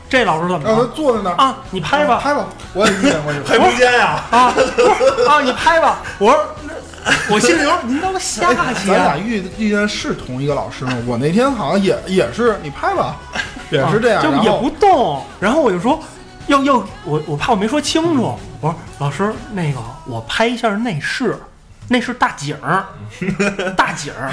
[SPEAKER 3] 这老师怎么
[SPEAKER 4] 让他
[SPEAKER 3] 了？
[SPEAKER 4] 坐在那儿，
[SPEAKER 3] 啊，你拍吧，
[SPEAKER 4] 拍吧，我也意见 过这
[SPEAKER 2] 拍
[SPEAKER 4] 个。
[SPEAKER 2] 空间呀，
[SPEAKER 3] 啊不是啊，你拍吧。我说，那我心里说，您让他下去
[SPEAKER 4] 哎咱俩
[SPEAKER 3] 啊。
[SPEAKER 4] 遇遇见是同一个老师吗？我那天好像也也是，你拍吧，也是这样。
[SPEAKER 3] 啊就
[SPEAKER 4] 然
[SPEAKER 3] 也
[SPEAKER 4] 后
[SPEAKER 3] 不动。然后我就说，要要我我怕我没说清楚，我说老师那个我拍一下内饰，内饰大景 儿，大景儿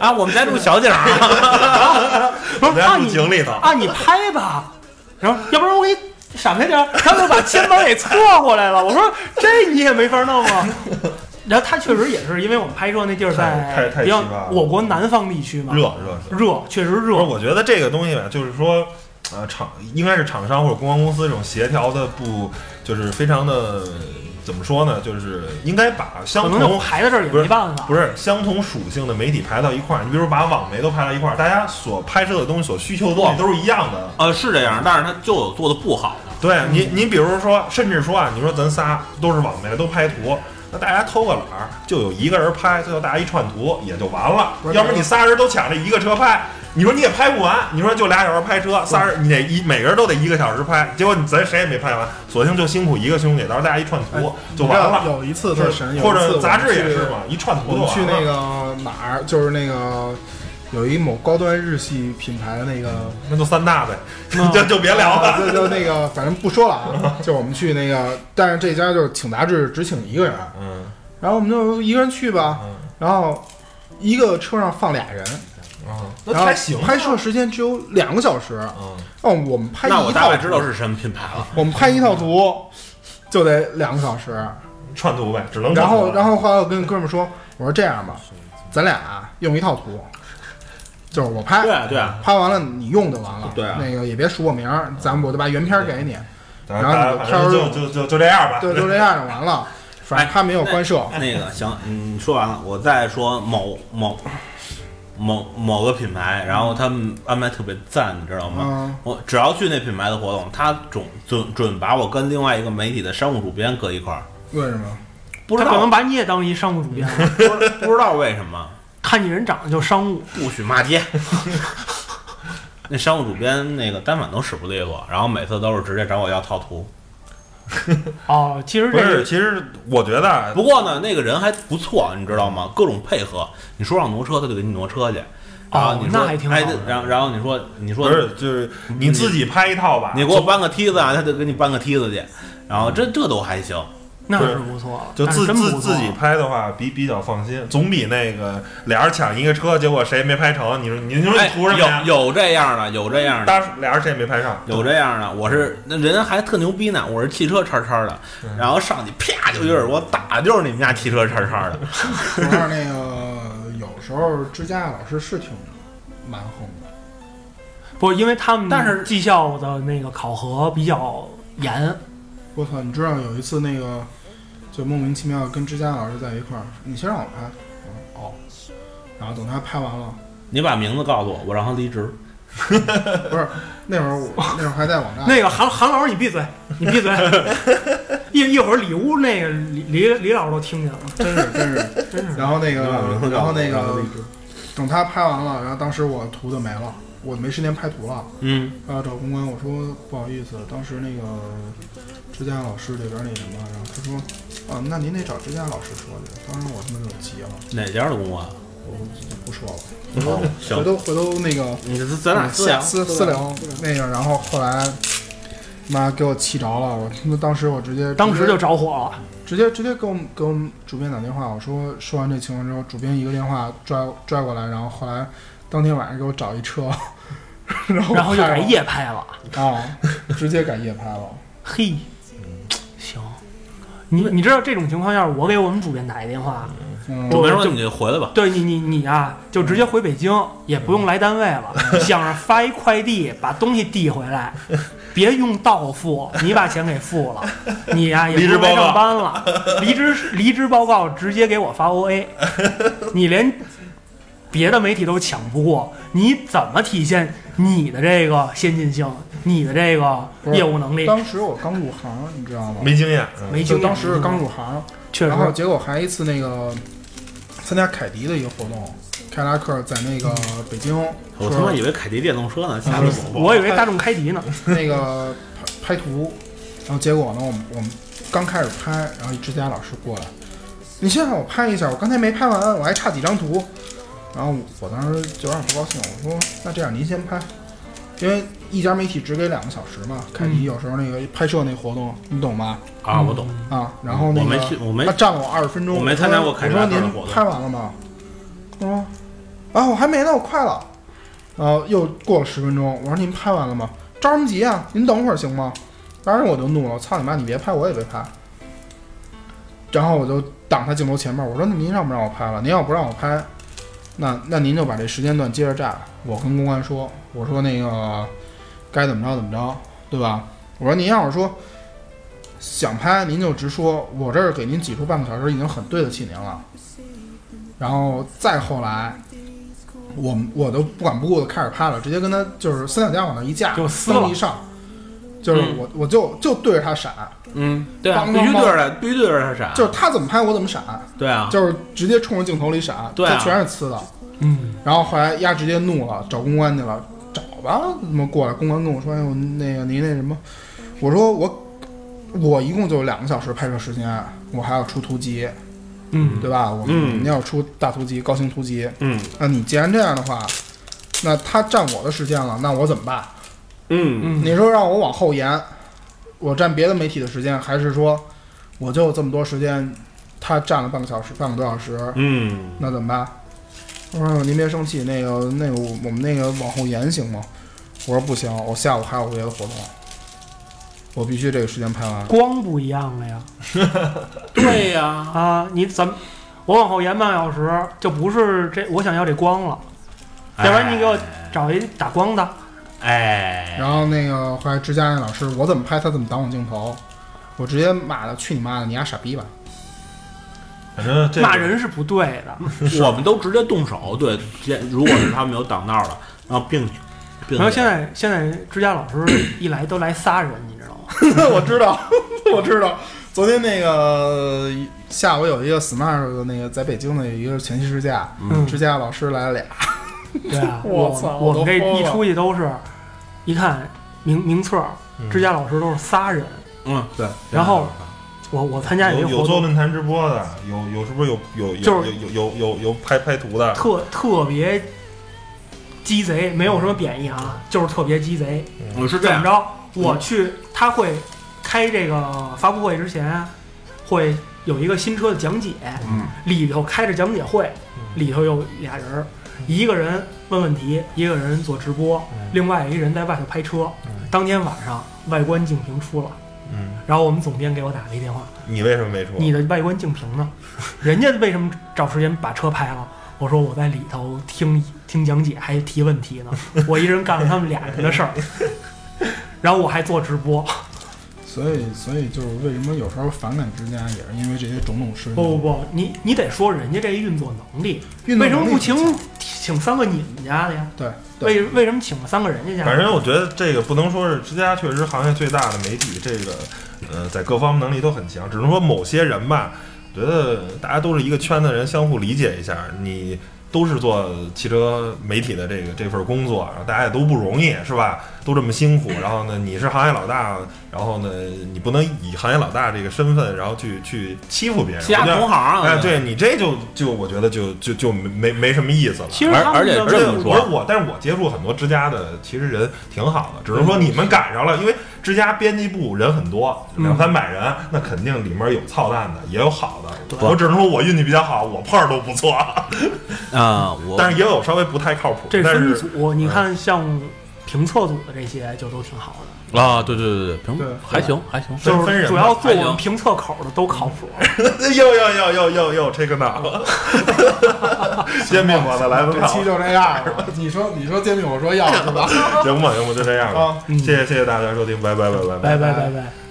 [SPEAKER 3] 啊，我们在录小景
[SPEAKER 5] 啊
[SPEAKER 3] 儿， 不
[SPEAKER 2] 你
[SPEAKER 3] 是啊
[SPEAKER 2] 在录
[SPEAKER 3] 你
[SPEAKER 2] 井里头，
[SPEAKER 3] 啊你拍吧，然后要不然我给你。闪开点儿，然后就把肩膀给侧过来了。我说这你也没法 弄啊。然后他确实也是，因为我们拍摄那地儿
[SPEAKER 2] 太太
[SPEAKER 3] 在
[SPEAKER 2] 太
[SPEAKER 3] 比较
[SPEAKER 2] 奇葩了
[SPEAKER 3] 我国南方地区嘛，
[SPEAKER 2] 热热热。
[SPEAKER 3] 热确实热
[SPEAKER 2] 不是，。我觉得这个东西吧，就是说，呃，厂应该是厂商或者公关公司这种协调的不，就是非常的怎么说呢？就是应该把
[SPEAKER 3] 可
[SPEAKER 2] 相
[SPEAKER 3] 能就
[SPEAKER 2] 同
[SPEAKER 3] 排在这儿也
[SPEAKER 2] 不
[SPEAKER 3] 没
[SPEAKER 2] 是
[SPEAKER 3] 办法。
[SPEAKER 2] 不是相同属性的媒体排到一块儿，你比如把网媒都排到一块儿，大家所拍摄的东西、所需求的东西都是一样的。
[SPEAKER 5] 呃，是这样，但是他就有做的不好的，
[SPEAKER 2] 对你，你比如说，甚至说啊，你说咱仨都是网媒，都拍图。那大家偷个懒儿，就有一个人拍，最后大家一串图也就完了
[SPEAKER 4] 不。是
[SPEAKER 2] 要不然你仨人都抢着一个车拍，你说你也拍不完。你说就俩小时拍车，仨人你得一每个人都得一个小时拍，结果你咱谁也没拍完，索性就辛苦一个兄弟，到时候大家一串图
[SPEAKER 4] 哎
[SPEAKER 2] 就完了。
[SPEAKER 4] 有一次特神，有一次
[SPEAKER 2] 或
[SPEAKER 4] 我们
[SPEAKER 2] 者杂志也
[SPEAKER 4] 去
[SPEAKER 2] 是嘛，一串
[SPEAKER 4] 我
[SPEAKER 2] 图就
[SPEAKER 4] 们
[SPEAKER 2] 完了。
[SPEAKER 4] 去那个哪儿，就是那个有一某高端日系品牌的那个，
[SPEAKER 2] 那就三大呗，
[SPEAKER 3] 嗯
[SPEAKER 2] 就就别聊了。
[SPEAKER 4] 呃就就那个，反正不说了啊。就我们去那个，但是这家就是请杂志只请一个人，
[SPEAKER 2] 嗯
[SPEAKER 4] 然后我们就一个人去吧，
[SPEAKER 2] 嗯
[SPEAKER 4] 然后一个车上放俩人，
[SPEAKER 2] 嗯，
[SPEAKER 4] 然后拍摄时间只有两个小时。
[SPEAKER 2] 嗯，
[SPEAKER 4] 哦，我们拍一
[SPEAKER 5] 那我大
[SPEAKER 4] 套
[SPEAKER 5] 概知道
[SPEAKER 4] 图，
[SPEAKER 5] 是什么品牌了。
[SPEAKER 4] 我们拍一套图就得两个小时。
[SPEAKER 2] 串图呗，只能
[SPEAKER 4] 然
[SPEAKER 2] 串
[SPEAKER 4] 后，
[SPEAKER 2] 图
[SPEAKER 4] 然后后来我跟哥们儿说，我说这样吧，咱俩啊用一套图，就是我拍，
[SPEAKER 5] 对啊对啊，
[SPEAKER 4] 拍完了你用就完了，
[SPEAKER 5] 对啊
[SPEAKER 4] 那个也别署我名儿，咱们我就把原片儿给你，
[SPEAKER 2] 然
[SPEAKER 4] 然后
[SPEAKER 2] 后
[SPEAKER 4] 你
[SPEAKER 2] 大家
[SPEAKER 4] 挑
[SPEAKER 2] 反正就就
[SPEAKER 4] 着
[SPEAKER 2] 就就这样吧。
[SPEAKER 4] 对，就这样就完了。反
[SPEAKER 3] 哎
[SPEAKER 4] 正他没有官摄，
[SPEAKER 5] 那个行，嗯，说完了，我再说某某某某个品牌，然后他们安排特别赞，你知道吗？
[SPEAKER 4] 嗯
[SPEAKER 5] 我只要去那品牌的活动，他准准准把我跟另外一个媒体的商务主编搁一块儿，
[SPEAKER 4] 为什么？
[SPEAKER 5] 不知
[SPEAKER 3] 他可能
[SPEAKER 5] 道
[SPEAKER 3] 把你也当一商务主编了，
[SPEAKER 5] 不知道为什么
[SPEAKER 3] 看你人长得就商务，
[SPEAKER 5] 不许骂街。 那商务主编那个单反都使不利落，然后每次都是直接找我要套图。
[SPEAKER 3] 哦，其实
[SPEAKER 2] 不
[SPEAKER 3] 这
[SPEAKER 2] 是，
[SPEAKER 3] 个
[SPEAKER 2] 其实我觉得啊
[SPEAKER 5] 不过呢，那个人还不错，你知道吗？各种配合，你说让挪车，他就给你挪车去。然后你说，
[SPEAKER 3] 哦那还挺好
[SPEAKER 5] 哎
[SPEAKER 3] 的，
[SPEAKER 5] 然后然后你说，你说
[SPEAKER 2] 不是就是你自己拍一套吧，
[SPEAKER 5] 你给我搬个梯子啊，他就给你搬个梯子去。然后这这都还行，
[SPEAKER 3] 那
[SPEAKER 2] 对
[SPEAKER 3] 是不错了，
[SPEAKER 2] 就
[SPEAKER 3] 但是
[SPEAKER 2] 自
[SPEAKER 3] 真
[SPEAKER 2] 自
[SPEAKER 3] 不错
[SPEAKER 2] 自己拍的话，比比较放心，总比那个俩人抢一个车，结果谁没拍成，你说你说你
[SPEAKER 5] 哎，
[SPEAKER 2] 图什么呀？
[SPEAKER 5] 有有这样的，有这样的。
[SPEAKER 2] 当时俩人谁也没拍上，
[SPEAKER 5] 有这样的，我是那人还特牛逼呢，我是汽车叉叉的，然后上去啪就一耳光，打就是你们家汽车叉叉的，
[SPEAKER 4] 主要是那个有时候支架老师是挺蛮横的，
[SPEAKER 3] 不，因为他们
[SPEAKER 5] 但是
[SPEAKER 3] 绩效的那个考核比较严，
[SPEAKER 5] 啊
[SPEAKER 4] 我操！你知道有一次那个就莫名其妙跟支架老师在一块儿，你先让我拍，我说哦，然后等他拍完了，
[SPEAKER 5] 你把名字告诉我，我让他离职。
[SPEAKER 4] 不是那会儿我那会儿还在 网站，
[SPEAKER 3] 那个韩韩老师，你闭嘴，你闭嘴！一一会儿里屋那个李李李老师都听见了，
[SPEAKER 4] 真是真是
[SPEAKER 3] 真是
[SPEAKER 4] 然后那个
[SPEAKER 5] 嗯，
[SPEAKER 4] 然后那
[SPEAKER 5] 让他
[SPEAKER 4] 个
[SPEAKER 5] 离，职
[SPEAKER 4] 等他拍完了，然后当时我图就没了，我没时间拍图了。
[SPEAKER 5] 嗯，
[SPEAKER 4] 然后找公关，我说不好意思，当时那个支架老师这边那什么，然后他说，啊，那您得找支架老师说去。当时我他妈就急了，
[SPEAKER 5] 哪家的公啊关？
[SPEAKER 4] 我就不说了，
[SPEAKER 5] 哦，
[SPEAKER 4] 回
[SPEAKER 5] 行，
[SPEAKER 4] 头回头那个
[SPEAKER 5] 你这咱俩
[SPEAKER 4] 私私
[SPEAKER 5] 私
[SPEAKER 4] 私聊那个，然后后来。妈给我气着了，我他妈当时我直接
[SPEAKER 3] 当时就着火了。
[SPEAKER 4] 直接直接给我们给我们主编打电话，我说说完这情况之后，主编一个电话拽拽过来，然后后来当天晚上给我找一车， 然后
[SPEAKER 3] 然后就
[SPEAKER 4] 拍
[SPEAKER 3] 改
[SPEAKER 4] 了
[SPEAKER 3] 夜拍了。
[SPEAKER 4] 啊，直接改夜拍了。
[SPEAKER 3] 嘿，
[SPEAKER 5] 嗯
[SPEAKER 3] 行，你你知道这种情况下，我给我们主编打一电话，
[SPEAKER 4] 嗯，
[SPEAKER 5] 我没说你就回来吧。
[SPEAKER 3] 对你你你啊，就直接回北京，也不用来单 位了，想着发一快递把东西递回来，别用到付，你把钱给付了， 你呀、也不
[SPEAKER 2] 离职
[SPEAKER 3] 用来
[SPEAKER 2] 报告
[SPEAKER 3] 上 班了，离职离职报告直接给我发 OA，你连别的媒体都抢不过，你怎么体现你的这个先进性，你的这个业务能力？
[SPEAKER 4] 当时我刚入行，你知道吗？
[SPEAKER 2] 没经验，嗯
[SPEAKER 3] 没经
[SPEAKER 4] 就
[SPEAKER 3] 验，
[SPEAKER 4] 当时刚入行，
[SPEAKER 3] 确实
[SPEAKER 4] 然后结果还一次那个参加凯迪的一个活动，凯迪拉克在那个
[SPEAKER 3] 嗯
[SPEAKER 4] 北京，
[SPEAKER 5] 我他妈
[SPEAKER 4] 说
[SPEAKER 5] 以为凯迪电动车呢，吓得我
[SPEAKER 3] 我以为大众开迪呢，
[SPEAKER 4] 那个拍拍图，然后结果呢，我们我们刚开始拍，然后一支佳老师过来，你先让我拍一下，我刚才没拍完，我还差几张图，然后我当时就有点不高兴，我说那这样您先拍，因为一家媒体只给两个小时嘛，凯
[SPEAKER 3] 嗯
[SPEAKER 4] 迪有时候那个拍摄那活动，你懂吧？
[SPEAKER 5] 啊，我懂，
[SPEAKER 4] 啊，然后那
[SPEAKER 5] 我
[SPEAKER 4] 个啊
[SPEAKER 5] 没去，我没
[SPEAKER 4] 他占了我二十分钟，
[SPEAKER 5] 我没参加过凯迪拉
[SPEAKER 4] 我
[SPEAKER 5] 克
[SPEAKER 4] 说
[SPEAKER 5] 的
[SPEAKER 4] 您
[SPEAKER 5] 活动
[SPEAKER 4] 拍完了吗？他说啊，我还没呢，我快了。然后又过了十分钟，我说您拍完了吗？着什么急啊？您等会儿行吗？当时我就怒了，我操你妈！你别拍，我也别拍。然后我就挡他镜头前面，我说那您让不让我拍了？您要不让我拍，那那您就把这时间段接着炸。我跟公安说，我说那个该怎么着怎么着，对吧？我说您要是说想拍您就直说，我这儿给您挤出半个小时已经很对得起您了。然后再后来，我们我都不管不顾的开始拍了，直接跟他就是三脚架往那一架，
[SPEAKER 3] 就撕了
[SPEAKER 4] 灯一上，就是
[SPEAKER 5] 嗯
[SPEAKER 4] 我、我就就对着他闪，
[SPEAKER 5] 嗯，对啊，
[SPEAKER 4] 帮
[SPEAKER 5] 必须
[SPEAKER 4] 帮
[SPEAKER 5] 对着必须对着他闪，
[SPEAKER 4] 就是他怎么拍我怎么闪，
[SPEAKER 5] 对啊，
[SPEAKER 4] 就是直接冲着镜头里闪，
[SPEAKER 5] 对啊
[SPEAKER 4] 这全是呲的。
[SPEAKER 3] 嗯，
[SPEAKER 4] 然后后来丫直接怒了，找公关去了，找吧，怎么过来？公关跟我说，哎呦，那个您那什么，我说我我一共就两个小时拍摄时间，我还要出图集，
[SPEAKER 3] 嗯，
[SPEAKER 4] 对吧？我
[SPEAKER 5] 嗯
[SPEAKER 4] 肯定要出大图集、高清图集。
[SPEAKER 5] 嗯
[SPEAKER 4] 那你既然这样的话，那他占我的时间了，那我怎么办？
[SPEAKER 5] 嗯
[SPEAKER 3] 嗯，
[SPEAKER 4] 你说让我往后延，我占别的媒体的时间，还是说我就这么多时间，他占了半个小时、半个多小时，
[SPEAKER 5] 嗯，
[SPEAKER 4] 那怎么办？我说您别生气，那个那个我们那个往后延行吗？我说不行，我下午还有别的活动，我必须这个时间拍完。
[SPEAKER 3] 光不一样了呀
[SPEAKER 5] 对呀，
[SPEAKER 3] 啊！你怎么我往后延半个小时，就不是这我想要这光了，要不然你给我找一打光的，
[SPEAKER 5] 哎，
[SPEAKER 4] 然后那个后来支架那老师，我怎么拍他怎么挡我镜头，我直接骂他，去你妈的，你丫傻逼吧！
[SPEAKER 2] 嗯反正这个
[SPEAKER 3] 骂人是不对的。
[SPEAKER 5] 我们都直接动手，对，接如果是他们有挡道了，然后并并
[SPEAKER 3] 然后
[SPEAKER 5] 且
[SPEAKER 3] 现在现在支架老师一来都来仨人，你知道吗？
[SPEAKER 4] 我知道， 我知道。昨天那个下午有一个 smart 的那个在北京的一个前期试驾，
[SPEAKER 3] 嗯，
[SPEAKER 4] 支架老师来了俩，
[SPEAKER 3] 对啊，
[SPEAKER 4] 我
[SPEAKER 3] 我
[SPEAKER 4] 操
[SPEAKER 3] 我
[SPEAKER 4] 我都
[SPEAKER 3] 们这
[SPEAKER 4] 疯了
[SPEAKER 3] 一出去都是，一看名名册，支架老师都是仨人。
[SPEAKER 5] 嗯对，
[SPEAKER 3] 然后我我参加一
[SPEAKER 2] 有
[SPEAKER 3] 个
[SPEAKER 2] 有
[SPEAKER 3] 活
[SPEAKER 2] 做
[SPEAKER 3] 动，
[SPEAKER 2] 论坛直播的，有有是不是有有有
[SPEAKER 3] 就是
[SPEAKER 2] 有有有有有拍拍图的？
[SPEAKER 3] 特特别鸡贼，没有什么贬义啊，就是特别鸡贼。
[SPEAKER 5] 嗯我是这
[SPEAKER 3] 怎
[SPEAKER 5] 样，
[SPEAKER 3] 么着？我去，他会开这个发布会之前，会有一个新车的讲解，
[SPEAKER 5] 嗯
[SPEAKER 3] 里头开着讲解会，里头有俩人儿，一个人问问题，一个人做直播，另外一个人在外头拍车。当天晚上外观竞评出了，
[SPEAKER 2] 嗯，
[SPEAKER 3] 然后我们总编给我打了一电话，
[SPEAKER 2] 你为什么没出？
[SPEAKER 3] 你的外观竞评呢？ 人家为什么找时间把车拍了？我说我在里头听听讲解，还提 问题呢。我一人干了他们俩人的事儿，然后我还做直播。
[SPEAKER 4] 所以所以就是为什么有时候反感之家也是因为这些种种事情。
[SPEAKER 3] 不不不，你你得说人家这运作能力，
[SPEAKER 4] 运动
[SPEAKER 3] 哦为什么
[SPEAKER 4] 能力
[SPEAKER 3] 不
[SPEAKER 4] 很
[SPEAKER 3] 请
[SPEAKER 4] 强
[SPEAKER 3] 请三个你们家的呀？
[SPEAKER 4] 对对，
[SPEAKER 3] 为为什么请了三个人家家的？
[SPEAKER 2] 反正我觉得这个不能说是之家，确实行业最大的媒体，这个呃，在各方面能力都很强。只能说某些人吧，觉得大家都是一个圈子人，相互理解一下。你都是做汽车媒体的这个这份工作，然后大家也都不容易，是吧？都这么辛苦。然后呢，你是行业老大，然后呢，你不能以行业老大这个身份，然后去去欺负别人。
[SPEAKER 5] 欺压
[SPEAKER 2] 我觉得
[SPEAKER 5] 同行啊
[SPEAKER 2] 哎，对你这就就我觉得就就就没没没什么意思了。
[SPEAKER 3] 其实
[SPEAKER 5] 而
[SPEAKER 3] 他们
[SPEAKER 5] 而且
[SPEAKER 3] 的
[SPEAKER 2] 而且
[SPEAKER 5] 这么
[SPEAKER 2] 我
[SPEAKER 5] 说
[SPEAKER 2] 我，但是我接触很多之家的，其实人挺好的，只是说你们赶上了，因为之家编辑部人很多，
[SPEAKER 3] 嗯
[SPEAKER 2] 两三百人，那肯定里面有操蛋的，也有好的。
[SPEAKER 3] 对
[SPEAKER 2] 我只能说我运气比较好，我碰儿都不错，
[SPEAKER 5] 啊，我
[SPEAKER 2] 但是也有稍微不太靠谱。
[SPEAKER 3] 这
[SPEAKER 2] 但
[SPEAKER 3] 分
[SPEAKER 2] 是嗯
[SPEAKER 3] 组，你看像评测组的这些就都挺好的，
[SPEAKER 5] 啊，对对对对，
[SPEAKER 4] 对
[SPEAKER 5] 平还行还行，
[SPEAKER 2] 分
[SPEAKER 3] 就
[SPEAKER 2] 分
[SPEAKER 3] 是
[SPEAKER 2] 人
[SPEAKER 3] 主
[SPEAKER 2] 吧 嗯
[SPEAKER 3] 要做
[SPEAKER 5] 还
[SPEAKER 3] 我们
[SPEAKER 5] 行
[SPEAKER 3] 评测口的都靠谱。
[SPEAKER 2] 又又又又又又这个呢， 煎饼果子来文
[SPEAKER 4] 这
[SPEAKER 2] 考，
[SPEAKER 4] 期就这样了。 你说你说 煎饼，我说要是吧？
[SPEAKER 2] 行吧行吧，就这样吧
[SPEAKER 4] 啊。
[SPEAKER 2] 谢谢谢谢大家收听，拜拜拜拜
[SPEAKER 3] 拜拜拜拜。